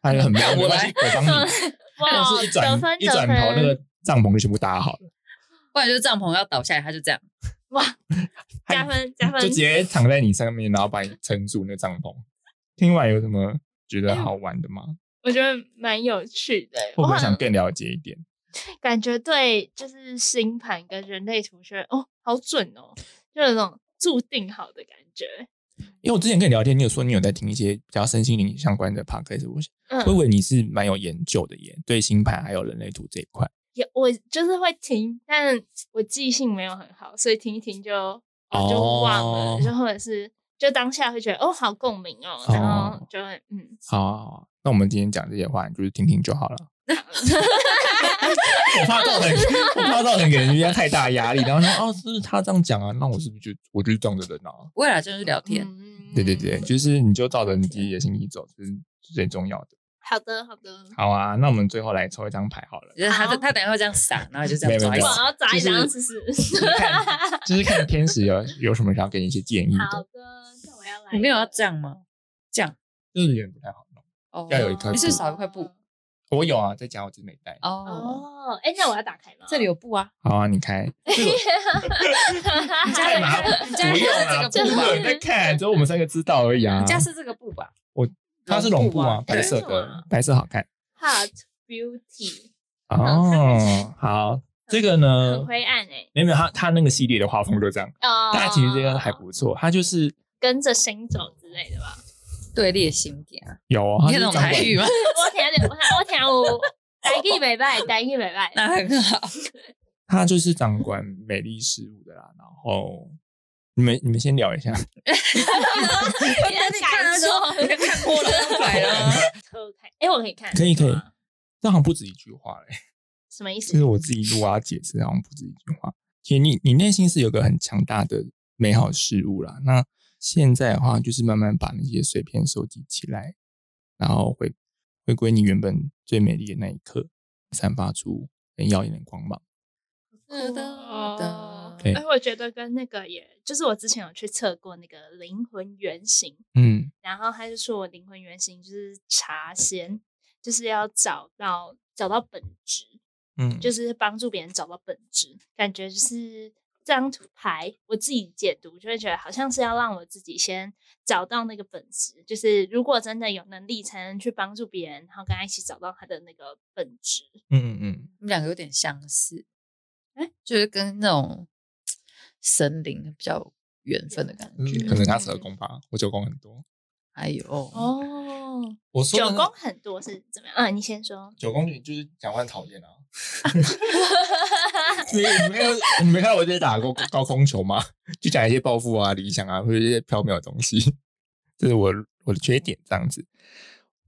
Speaker 2: 他就很没有
Speaker 1: 我
Speaker 2: 没关
Speaker 1: 来
Speaker 2: 系，我帮
Speaker 3: <laughs>
Speaker 2: 你。但
Speaker 3: 哇，
Speaker 2: 是一
Speaker 3: 得
Speaker 2: 转
Speaker 3: 分
Speaker 2: 一
Speaker 3: 得
Speaker 2: 转
Speaker 3: 分
Speaker 2: 头，那个帐篷就全部搭好了，
Speaker 1: 不然就是帐篷要倒下来，他就这样。
Speaker 3: 加分加分
Speaker 2: 就直接躺在你上面，然后把你撑住那个帐篷。听完有什么觉得好玩的吗？
Speaker 3: 我觉得蛮有趣的。欸
Speaker 2: 会不
Speaker 3: 我
Speaker 2: 会
Speaker 3: 好
Speaker 2: 想
Speaker 3: 像
Speaker 2: 更了解一点？
Speaker 3: 感觉对，就是星盘跟人类图学哦，好准哦，就有种注定好的感觉。
Speaker 2: 因为我之前跟你聊天，你有说你有在听一些比较身心灵相关的 podcast，我想我以
Speaker 3: 嗯，
Speaker 2: 为你是蛮有研究的耶，对星盘还有人类图这一块。
Speaker 3: 也我就是会听，但我记性没有很好，所以听一听就就忘
Speaker 2: 哦
Speaker 3: 了，就或者是就当下会觉得哦，好共鸣哦，然后就会嗯，
Speaker 2: 好好好，那我们今天讲这些话，你就是听听就
Speaker 3: <laughs>
Speaker 2: 好了。我怕造成，我怕造成给人家太大压力，然后说哦，是不是他这样讲啊？那我是不是就我就是这样的人啊？
Speaker 1: 未来就是聊天，
Speaker 3: 嗯
Speaker 2: 对对对，就是你就照着你自己的心意走，这是最重要的。
Speaker 3: 好的好的，
Speaker 2: 好啊，那我们最后来抽一张牌好了，
Speaker 1: 就是他
Speaker 3: 好
Speaker 1: 他等一下会这样撒，然后就这样
Speaker 2: 没有
Speaker 1: 抓
Speaker 2: 没
Speaker 1: 一
Speaker 2: 有
Speaker 1: 撒。
Speaker 3: 我要砸一
Speaker 2: <laughs>
Speaker 3: 张试试。
Speaker 2: 就是看，就是看天使有有什么想要给你一些建议
Speaker 3: 好
Speaker 2: 的，
Speaker 3: 的，那我要来。
Speaker 1: 你没有要这样吗？这样
Speaker 2: 就是有点不太好弄。
Speaker 1: 哦，
Speaker 2: 要有一块
Speaker 1: 你是
Speaker 2: 布
Speaker 1: 少一块布
Speaker 2: 我有啊，在家我只是没带。
Speaker 1: 哦。
Speaker 3: 哦，哎，那我要打开吗？
Speaker 1: 这里有布
Speaker 2: <laughs>
Speaker 1: 啊，
Speaker 2: 好啊，你开。这个
Speaker 1: 你家
Speaker 2: 干
Speaker 1: 人
Speaker 2: 嘛
Speaker 1: 看？ <laughs> 你家人
Speaker 2: 不用
Speaker 1: 看
Speaker 2: 啊，
Speaker 1: 这个
Speaker 2: 不
Speaker 1: 布
Speaker 2: 会
Speaker 1: 吧
Speaker 2: 有人在看，只有我们三个知道而已啊
Speaker 1: <laughs> 你。家是这个布吧？
Speaker 2: 它是绒布啊，
Speaker 1: 绒布啊嗯
Speaker 2: 白色
Speaker 3: 对是
Speaker 2: 的
Speaker 3: 吗，
Speaker 2: 白色好看
Speaker 3: Heart Beauty，
Speaker 2: 哦。好，这个呢
Speaker 3: 很，灰暗哎。
Speaker 2: 没有没有，它它那个系列的画风就这样，
Speaker 3: 哦，
Speaker 2: 但它其实这个还不
Speaker 1: 哦
Speaker 2: 错，它就是
Speaker 3: 跟着星走之类的吧。
Speaker 1: 队列星点啊，
Speaker 2: 有哦，
Speaker 1: 你
Speaker 2: 它
Speaker 1: 看
Speaker 2: 是
Speaker 1: 懂
Speaker 2: 掌管
Speaker 1: 台语吗？
Speaker 3: 我听得我听我台语袂歹，台语袂歹。
Speaker 1: 那很好，
Speaker 2: 它就是掌管美丽事物的啦。然后你们你们先聊一
Speaker 1: <laughs>
Speaker 2: 下，
Speaker 1: 你看说
Speaker 3: 感受
Speaker 1: 你看过了买了吗，
Speaker 3: <laughs> 偷看，哎，我可以看，
Speaker 2: 可以可以，这好像不止一句话欸嘞，
Speaker 3: 什么意思
Speaker 2: 这？是我自己录啊解释，好像不止一句话。其实你你内心是有个很强大的美好事物啦。那现在的话，就是慢慢把那些碎片收集起来，然后回回归你原本最美丽的那一刻，散发出很耀眼的光芒。
Speaker 1: 是的
Speaker 3: 嗯哦
Speaker 2: 对
Speaker 3: 哎，我觉得跟那个也，就是我之前有去测过那个灵魂原型，
Speaker 2: 嗯，
Speaker 3: 然后他就说我灵魂原型就是茶仙，就是要找到找到本质，
Speaker 2: 嗯，
Speaker 3: 就是帮助别人找到本质，感觉就是这张图牌，我自己解读就会觉得好像是要让我自己先找到那个本质，就是如果真的有能力，才能去帮助别人，然后跟他一起找到他的那个本质。
Speaker 2: 嗯嗯嗯，
Speaker 1: 你们两个有点相似，
Speaker 3: 哎
Speaker 1: 就是跟那种神灵比较有缘分的感
Speaker 2: 嗯
Speaker 1: 觉。
Speaker 2: 可能他十二宫吧，我九宫很多。
Speaker 1: 哎呦，
Speaker 3: 哦，
Speaker 2: 我说
Speaker 3: 九宫很多是怎么样？嗯，你先说。
Speaker 2: 九宫女就是讲话很讨
Speaker 3: <laughs>
Speaker 2: 厌啊。你你没有你没看我在打过高空球吗？就讲一些抱负啊、理想啊，或者一些缥缈的东西，这是我我的缺点。这样子，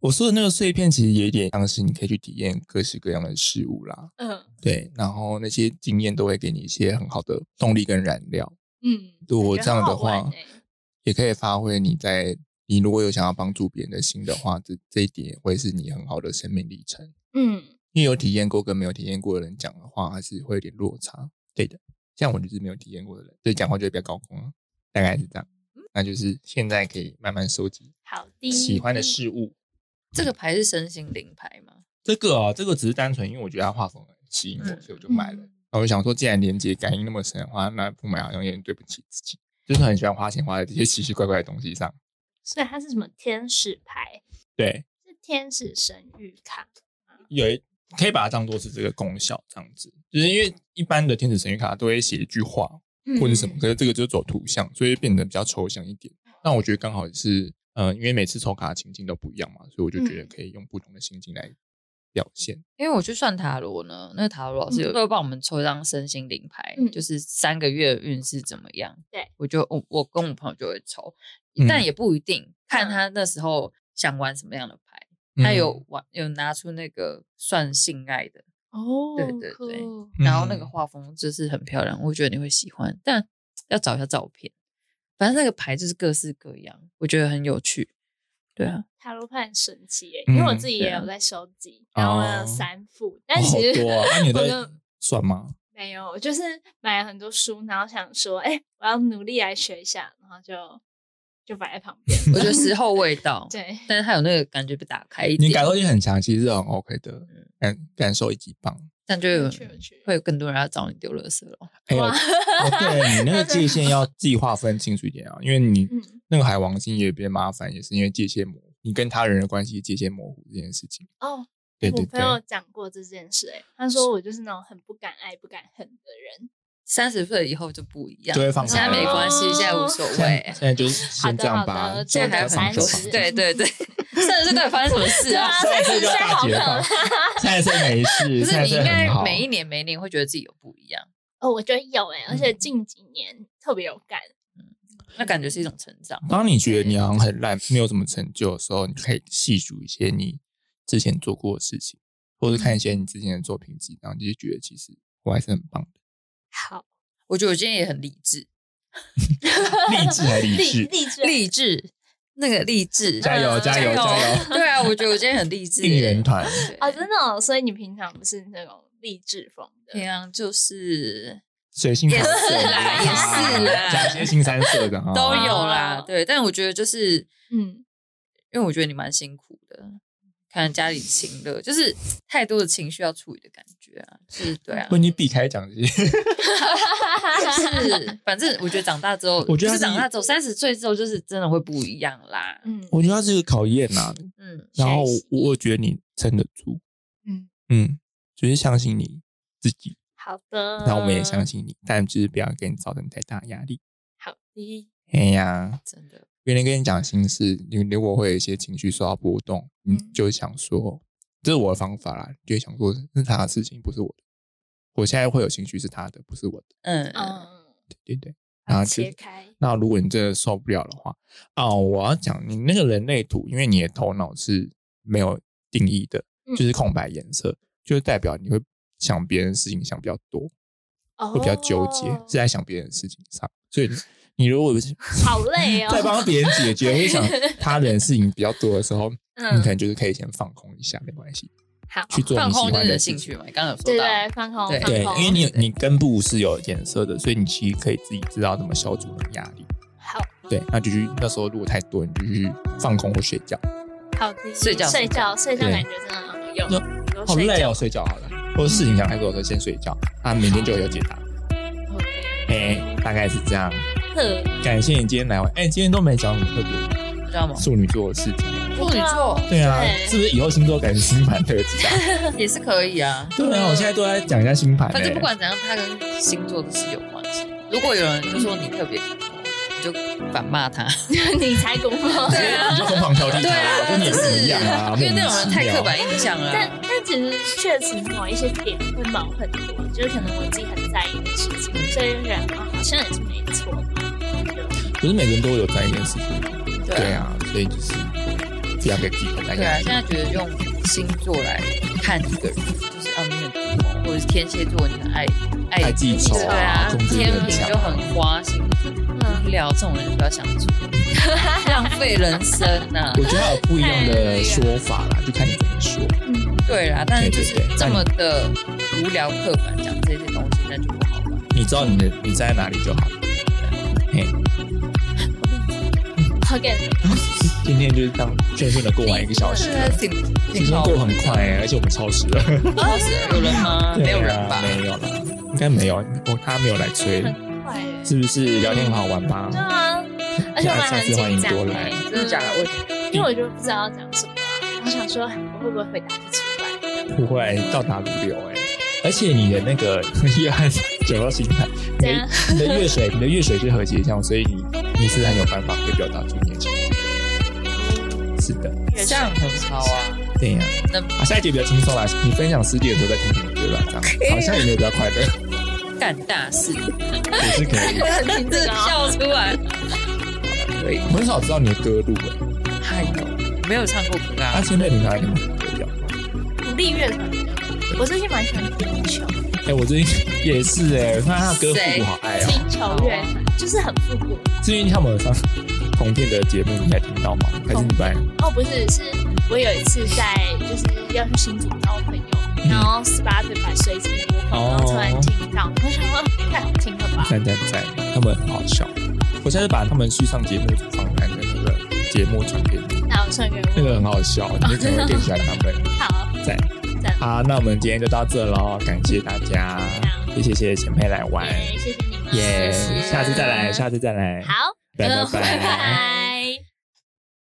Speaker 2: 我说的那个碎片其实也有点像是你可以去体验各式各样的事物啦，
Speaker 3: 嗯
Speaker 2: 对，然后那些经验都会给你一些很好的动力跟燃料。
Speaker 3: 嗯，
Speaker 2: 对我
Speaker 3: 感觉
Speaker 2: 这样
Speaker 3: 好
Speaker 2: 的
Speaker 3: 玩
Speaker 2: 话
Speaker 3: 欸
Speaker 2: 也可以发挥你在你如果有想要帮助别人的心的话，这这一点也会是你很好的生命历程。
Speaker 3: 嗯，
Speaker 2: 因为有体验过跟没有体验过的人讲的话，还是会有点落差。对的，像我就是没有体验过的人，所以讲话就会比较高空啊，大概是这样。
Speaker 1: 嗯
Speaker 2: 那就是现在可以慢慢收集
Speaker 3: 好的。
Speaker 2: 喜欢的事物。
Speaker 1: 这个牌是身心灵牌吗？
Speaker 2: 这个哦，这个只是单纯因为我觉得它画风很吸引我，
Speaker 1: 嗯
Speaker 2: 所以我就买了。那我就想说，既然连接感应那么深的话，那不买好像有点对不起自己。就是很喜欢花钱花在这些奇奇怪怪的东西上。
Speaker 3: 所以它是什么天使牌？
Speaker 2: 对，
Speaker 3: 是天使神谕卡。
Speaker 2: 有一可以把它当做是这个功效这样子，就是因为一般的天使神谕卡都会写一句话，
Speaker 3: 嗯
Speaker 2: 或者什么，可是这个就是走图像，所以变得比较抽象一点。那我觉得刚好是，呃，因为每次抽卡的情境都不一样嘛，所以我就觉得
Speaker 3: 嗯
Speaker 2: 可以用不同的心境来表现。
Speaker 1: 因为我去算塔罗呢，那个塔罗老师有
Speaker 3: 嗯
Speaker 1: 会帮我们抽一张身心灵牌，
Speaker 3: 嗯
Speaker 1: 就是三个月的运势怎么样。
Speaker 3: 对，
Speaker 1: 我就我我跟我朋友就会抽，
Speaker 2: 嗯
Speaker 1: 但也不一定看
Speaker 3: 嗯
Speaker 1: 他那时候想玩什么样的牌。
Speaker 2: 嗯
Speaker 1: 他有玩有拿出那个算性爱的，
Speaker 3: 哦，
Speaker 1: 对对对
Speaker 3: 酷
Speaker 2: 嗯，
Speaker 1: 然后那个画风就是很漂亮，我觉得你会喜欢，但要找一下照片。反正那个牌就是各式各样，我觉得很有趣。对啊，
Speaker 3: 塔罗牌很神奇耶，
Speaker 2: 嗯
Speaker 3: 因为我自己
Speaker 1: 对
Speaker 3: 也
Speaker 1: 啊
Speaker 3: 有在收集，然后我
Speaker 2: 哦
Speaker 3: 有三副，
Speaker 2: <laughs>
Speaker 3: 但
Speaker 2: 哦好
Speaker 3: 其实
Speaker 2: 多啊，那你
Speaker 3: 我
Speaker 2: 在
Speaker 3: 就
Speaker 2: 算吗？
Speaker 3: 没有，我就是买了很多书，然后想说，哎，我要努力来学一下，然后就就摆在旁
Speaker 2: <laughs>
Speaker 3: 边。，
Speaker 1: 我觉得时候未到
Speaker 3: <laughs> 对，
Speaker 1: 但是他有那个感觉被打开一
Speaker 2: 你感
Speaker 1: 点，
Speaker 2: 受力很强，其实是很 OK 的，
Speaker 3: 嗯
Speaker 2: 感感受一级棒。
Speaker 1: 但就
Speaker 3: 有
Speaker 1: 有
Speaker 3: 趣有趣。
Speaker 1: 会有更多人要找你丢垃圾了。
Speaker 2: 还有，
Speaker 3: 哇
Speaker 2: 哦，对你那个
Speaker 3: <laughs>
Speaker 2: 界限要自己划分清楚一点啊，因为你
Speaker 3: 嗯
Speaker 2: 那个海王星也比较麻烦，也是因为界限模糊。你跟他人的关系界限模糊这件事情。
Speaker 3: 哦，
Speaker 2: 对对
Speaker 3: 我
Speaker 2: 对，
Speaker 3: 朋友讲过这件事、欸，他说我就是那种很不敢爱、不敢恨的人。
Speaker 1: 三十岁以后就不一样，
Speaker 2: 就会放
Speaker 1: 现在
Speaker 2: 开
Speaker 1: 没
Speaker 2: 了
Speaker 1: 关系，
Speaker 3: 哦
Speaker 1: 现在无所
Speaker 2: 现在
Speaker 1: 谓
Speaker 2: 现，在就是先这样
Speaker 3: 好的好
Speaker 2: 吧
Speaker 3: 的，
Speaker 1: 现在还
Speaker 2: 大家放
Speaker 1: 很
Speaker 2: 手
Speaker 1: 多
Speaker 2: 吧
Speaker 3: 30
Speaker 1: 对
Speaker 2: <laughs>
Speaker 1: 对对，三十岁到底发生什么事啊？
Speaker 2: 现在是一个
Speaker 3: 现在
Speaker 2: 大
Speaker 3: 好
Speaker 2: 解
Speaker 3: 可
Speaker 2: 放，现在是没事，现
Speaker 1: 不是
Speaker 2: 在
Speaker 1: 你
Speaker 2: 是
Speaker 1: 应该
Speaker 2: 很好。
Speaker 1: 每一年每一年会觉得自己有不一样，
Speaker 3: 哦，我觉得有哎、而且
Speaker 2: 嗯
Speaker 3: 近几年特别有感。
Speaker 1: 那感觉是一种成长。
Speaker 2: 当你觉得你好像很烂，没有什么成就的时候，你就可以细数一些你之前做过的事情，或者看一些你之前的作品集，然后你就觉得其实我还是很棒的， <laughs>
Speaker 3: 好，
Speaker 1: 我觉得我今天也很励志，
Speaker 2: 励志还 <laughs> 励
Speaker 3: 励
Speaker 2: 志，
Speaker 3: 励志，
Speaker 1: 励志那个励志，
Speaker 2: 加油加油加油！
Speaker 1: 对啊，我觉得我今天很励
Speaker 2: <laughs>
Speaker 1: 志耶，
Speaker 2: 应援团
Speaker 1: 对
Speaker 3: 哦，真的、哦，所以你平常不是那种励志风的，
Speaker 2: 啊
Speaker 1: 平常就是
Speaker 2: 随性
Speaker 1: 也是
Speaker 3: 啦
Speaker 2: 啊
Speaker 3: 也是
Speaker 1: 啦
Speaker 2: 讲一些新三色的哈，啊
Speaker 1: 都有啦
Speaker 3: 哦，
Speaker 1: 对，但我觉得就是
Speaker 3: 嗯，
Speaker 1: 因为我觉得你蛮辛苦的，可能家里情乐就是太多的情绪要处理的感觉啊，就是对啊
Speaker 2: 不，，你避开讲这些， <laughs>
Speaker 1: 就是反正我觉得长大之后，
Speaker 2: 我觉得他是
Speaker 1: 不是长大之后，三十岁之后就是真的会不一样啦，
Speaker 3: 嗯
Speaker 2: 我觉得它是个考验啊呐。
Speaker 1: 嗯，
Speaker 2: 然后
Speaker 3: 学习
Speaker 2: 我我觉得你撑得住，
Speaker 3: 嗯，
Speaker 2: 嗯，就是相信你自己，
Speaker 3: 好的。
Speaker 2: 然后我们也
Speaker 3: 呃
Speaker 2: 相。信你，但就是不要给你造成太大压力。
Speaker 3: 好的，
Speaker 2: 哎呀，
Speaker 1: 真的，
Speaker 2: 别人跟你讲心事，你如果会有一些情绪受到波动，你
Speaker 3: 嗯
Speaker 2: 就会想说，这是我的方法啦，你就会想说是他的事情，不是我的。我现在会有情绪是他的，不是我的，
Speaker 1: 嗯，
Speaker 3: 嗯，
Speaker 2: 对对对。然后就
Speaker 3: 切开，
Speaker 2: 那如果你真的受不了的话，啊，我要讲你那个人类图，因为你的头脑是没有定义的，
Speaker 3: 嗯
Speaker 2: 就是空白颜色，就是代表你会想别人的事情想比较多，
Speaker 3: 哦
Speaker 2: 会比较纠结，是在想别人的事情上。所以你如果是
Speaker 3: 好累哦
Speaker 2: 在
Speaker 1: 嗯
Speaker 2: 帮别人解决，或者
Speaker 3: <laughs>
Speaker 2: 想他人事情比较多的时候，你可
Speaker 3: 嗯，
Speaker 2: 能就是可以先放空一下，没关系，
Speaker 3: 好，
Speaker 2: 去做
Speaker 1: 放
Speaker 2: 你喜
Speaker 1: 空
Speaker 2: 欢
Speaker 1: 就是你
Speaker 2: 的
Speaker 1: 的
Speaker 2: 事
Speaker 1: 兴
Speaker 2: 情
Speaker 1: 趣。嘛，你刚刚有说
Speaker 3: 对
Speaker 1: 到，
Speaker 3: 对，放空，
Speaker 1: 对
Speaker 2: 对
Speaker 3: 放，空
Speaker 2: 因为你你根部是有颜色的，所以你其实可以自己知道怎么消除你的压力。
Speaker 3: 好
Speaker 2: 对，那就去那时候如果太多，你就去放空或睡觉。
Speaker 3: 好的，
Speaker 1: 睡觉
Speaker 3: 睡觉，睡觉
Speaker 2: 对
Speaker 3: 感觉真的很有用
Speaker 2: 那，
Speaker 3: 有
Speaker 2: 好
Speaker 3: 睡
Speaker 2: 累
Speaker 3: 觉
Speaker 2: 哦，睡觉好了，或者事情想太多的时候先睡觉，啊，明天就会有解答。
Speaker 3: ，OK，
Speaker 2: 哎、大概是这样。
Speaker 3: 呵
Speaker 2: 感谢你今天来玩，哎、今天都没讲什么特别
Speaker 1: 你知道吗？
Speaker 2: 处女座的事情。
Speaker 1: 处女 <laughs> 座
Speaker 2: 对啊，
Speaker 3: 对
Speaker 2: 是不是以后星座感觉星盘特辑啊？
Speaker 1: 也是可以啊，
Speaker 2: <laughs> 对啊，我现在都在讲一下星盘、欸。
Speaker 1: 反正不管怎样，它跟星座都是有关系。如果有人就说你特别恐怖，你就反骂他。
Speaker 3: <laughs> 你才拱我。
Speaker 1: 对啊 <laughs>
Speaker 2: 你就疯狂挑剔他，
Speaker 1: 对啊，
Speaker 2: 跟你也
Speaker 1: 就是是
Speaker 2: 一样啊，
Speaker 1: 因为那
Speaker 2: 莫名
Speaker 1: 种人
Speaker 2: 其
Speaker 1: 太
Speaker 2: 妙
Speaker 1: 刻板印象了
Speaker 3: 但
Speaker 1: 啊。
Speaker 3: 但其实确实某一些点会毛很多，就是可能我自己很在意的事情，所以人啊好像也是没错吧。就
Speaker 2: 可是每个人都有在意的事情。对
Speaker 1: 对啊，
Speaker 2: 啊，所以就是不要给自己太大
Speaker 1: 对
Speaker 2: 压
Speaker 1: 啊，
Speaker 2: 力
Speaker 1: 现。在觉得用星座来看一个人，就是啊，你很独谋，或者是天蝎座你很爱
Speaker 2: 爱记仇
Speaker 1: 对
Speaker 2: 啊
Speaker 1: 啊，
Speaker 2: 控制欲
Speaker 1: 天
Speaker 2: 很
Speaker 1: 平
Speaker 2: 强
Speaker 1: 就很花心，
Speaker 2: 啊
Speaker 1: 无聊这种人就不要相处， <laughs> 浪费人生啊呐、
Speaker 2: 我觉得还有不一样
Speaker 1: 哎
Speaker 2: 的说法啦，就看你怎么说。
Speaker 3: 嗯，
Speaker 1: 对啦，但是就是
Speaker 2: 对对对
Speaker 1: 这么的无聊刻板讲这些东西，那就不好玩。
Speaker 2: 你知道你的你在哪里就好。嘿，
Speaker 3: 好感人，
Speaker 2: 今天就是当顺顺的过完一个小时
Speaker 1: 是，啊挺
Speaker 2: 时
Speaker 1: 挺
Speaker 2: 间
Speaker 1: 好
Speaker 2: 过
Speaker 1: 玩
Speaker 2: 很
Speaker 1: 的
Speaker 2: 快、欸，而且我们超时了。
Speaker 1: 超时了有人吗？
Speaker 2: 对啊
Speaker 1: 没有人吧？
Speaker 2: 没有啦，应该没有。我他没有来催，
Speaker 3: 很快耶。
Speaker 2: 是不是聊天很好玩吧
Speaker 3: 对？啊，而且我们
Speaker 2: 下
Speaker 3: 还很
Speaker 2: 次欢迎
Speaker 3: 紧张
Speaker 2: 多来
Speaker 3: 欸，
Speaker 1: 真的假的？我
Speaker 3: 因为我就不知道要讲什么啊，我想说我会不会回答不出来。
Speaker 2: 不会到达如流哎、而且你的那个约翰酒肉心态，你
Speaker 3: 怎样
Speaker 2: 的哎你的月水，你的月水是和谐相，所以你你是很有办法会表达出你的情绪。是的，
Speaker 1: 这样很好啊。
Speaker 2: 对呀、
Speaker 1: 那
Speaker 2: 啊，下一节比较轻松啦。你分享失恋的时候再听听你的文
Speaker 1: <laughs>
Speaker 2: 章，好像也没有比较快乐，
Speaker 1: 干大事，
Speaker 2: 也是可
Speaker 3: <laughs>
Speaker 2: 以。
Speaker 1: 真的 <laughs> 笑出来。可以，
Speaker 2: 哎我很少知道你的歌路哎诶、
Speaker 1: 还有哎没有唱过歌
Speaker 2: 欸，啊，
Speaker 1: 啊？
Speaker 2: 前辈平常也很低调。
Speaker 3: 独立乐团，我最近蛮喜欢听球，
Speaker 2: 哎、我最近也是哎、我发现他的歌复古好爱哦、
Speaker 3: 听球乐团就是很复古。
Speaker 2: 最近他们有上同片的节目，你还听到吗？还是你本来
Speaker 3: 哦，不是，是我有一次在就是要去新竹找朋友，然后 Spotify 随机播放，然后突
Speaker 2: 哦
Speaker 3: 然听到，我想说太好听了吧，
Speaker 2: 赞赞赞，他们很好笑。我下次把他们去上节目访谈的那个节目传给你，
Speaker 3: 那我送给
Speaker 2: 那
Speaker 3: 我。
Speaker 2: 个很好笑，你可能会更喜欢他 <laughs> 们。
Speaker 3: 好，
Speaker 2: 哦赞
Speaker 3: 赞
Speaker 2: 好，那我们今天就到这喽，感谢大家，也谢谢前辈来玩，
Speaker 3: 耶，谢谢你们，
Speaker 2: 耶、
Speaker 1: 谢谢
Speaker 2: 下次再来，下次再来，
Speaker 3: 好，
Speaker 2: 拜拜
Speaker 3: 呃拜拜。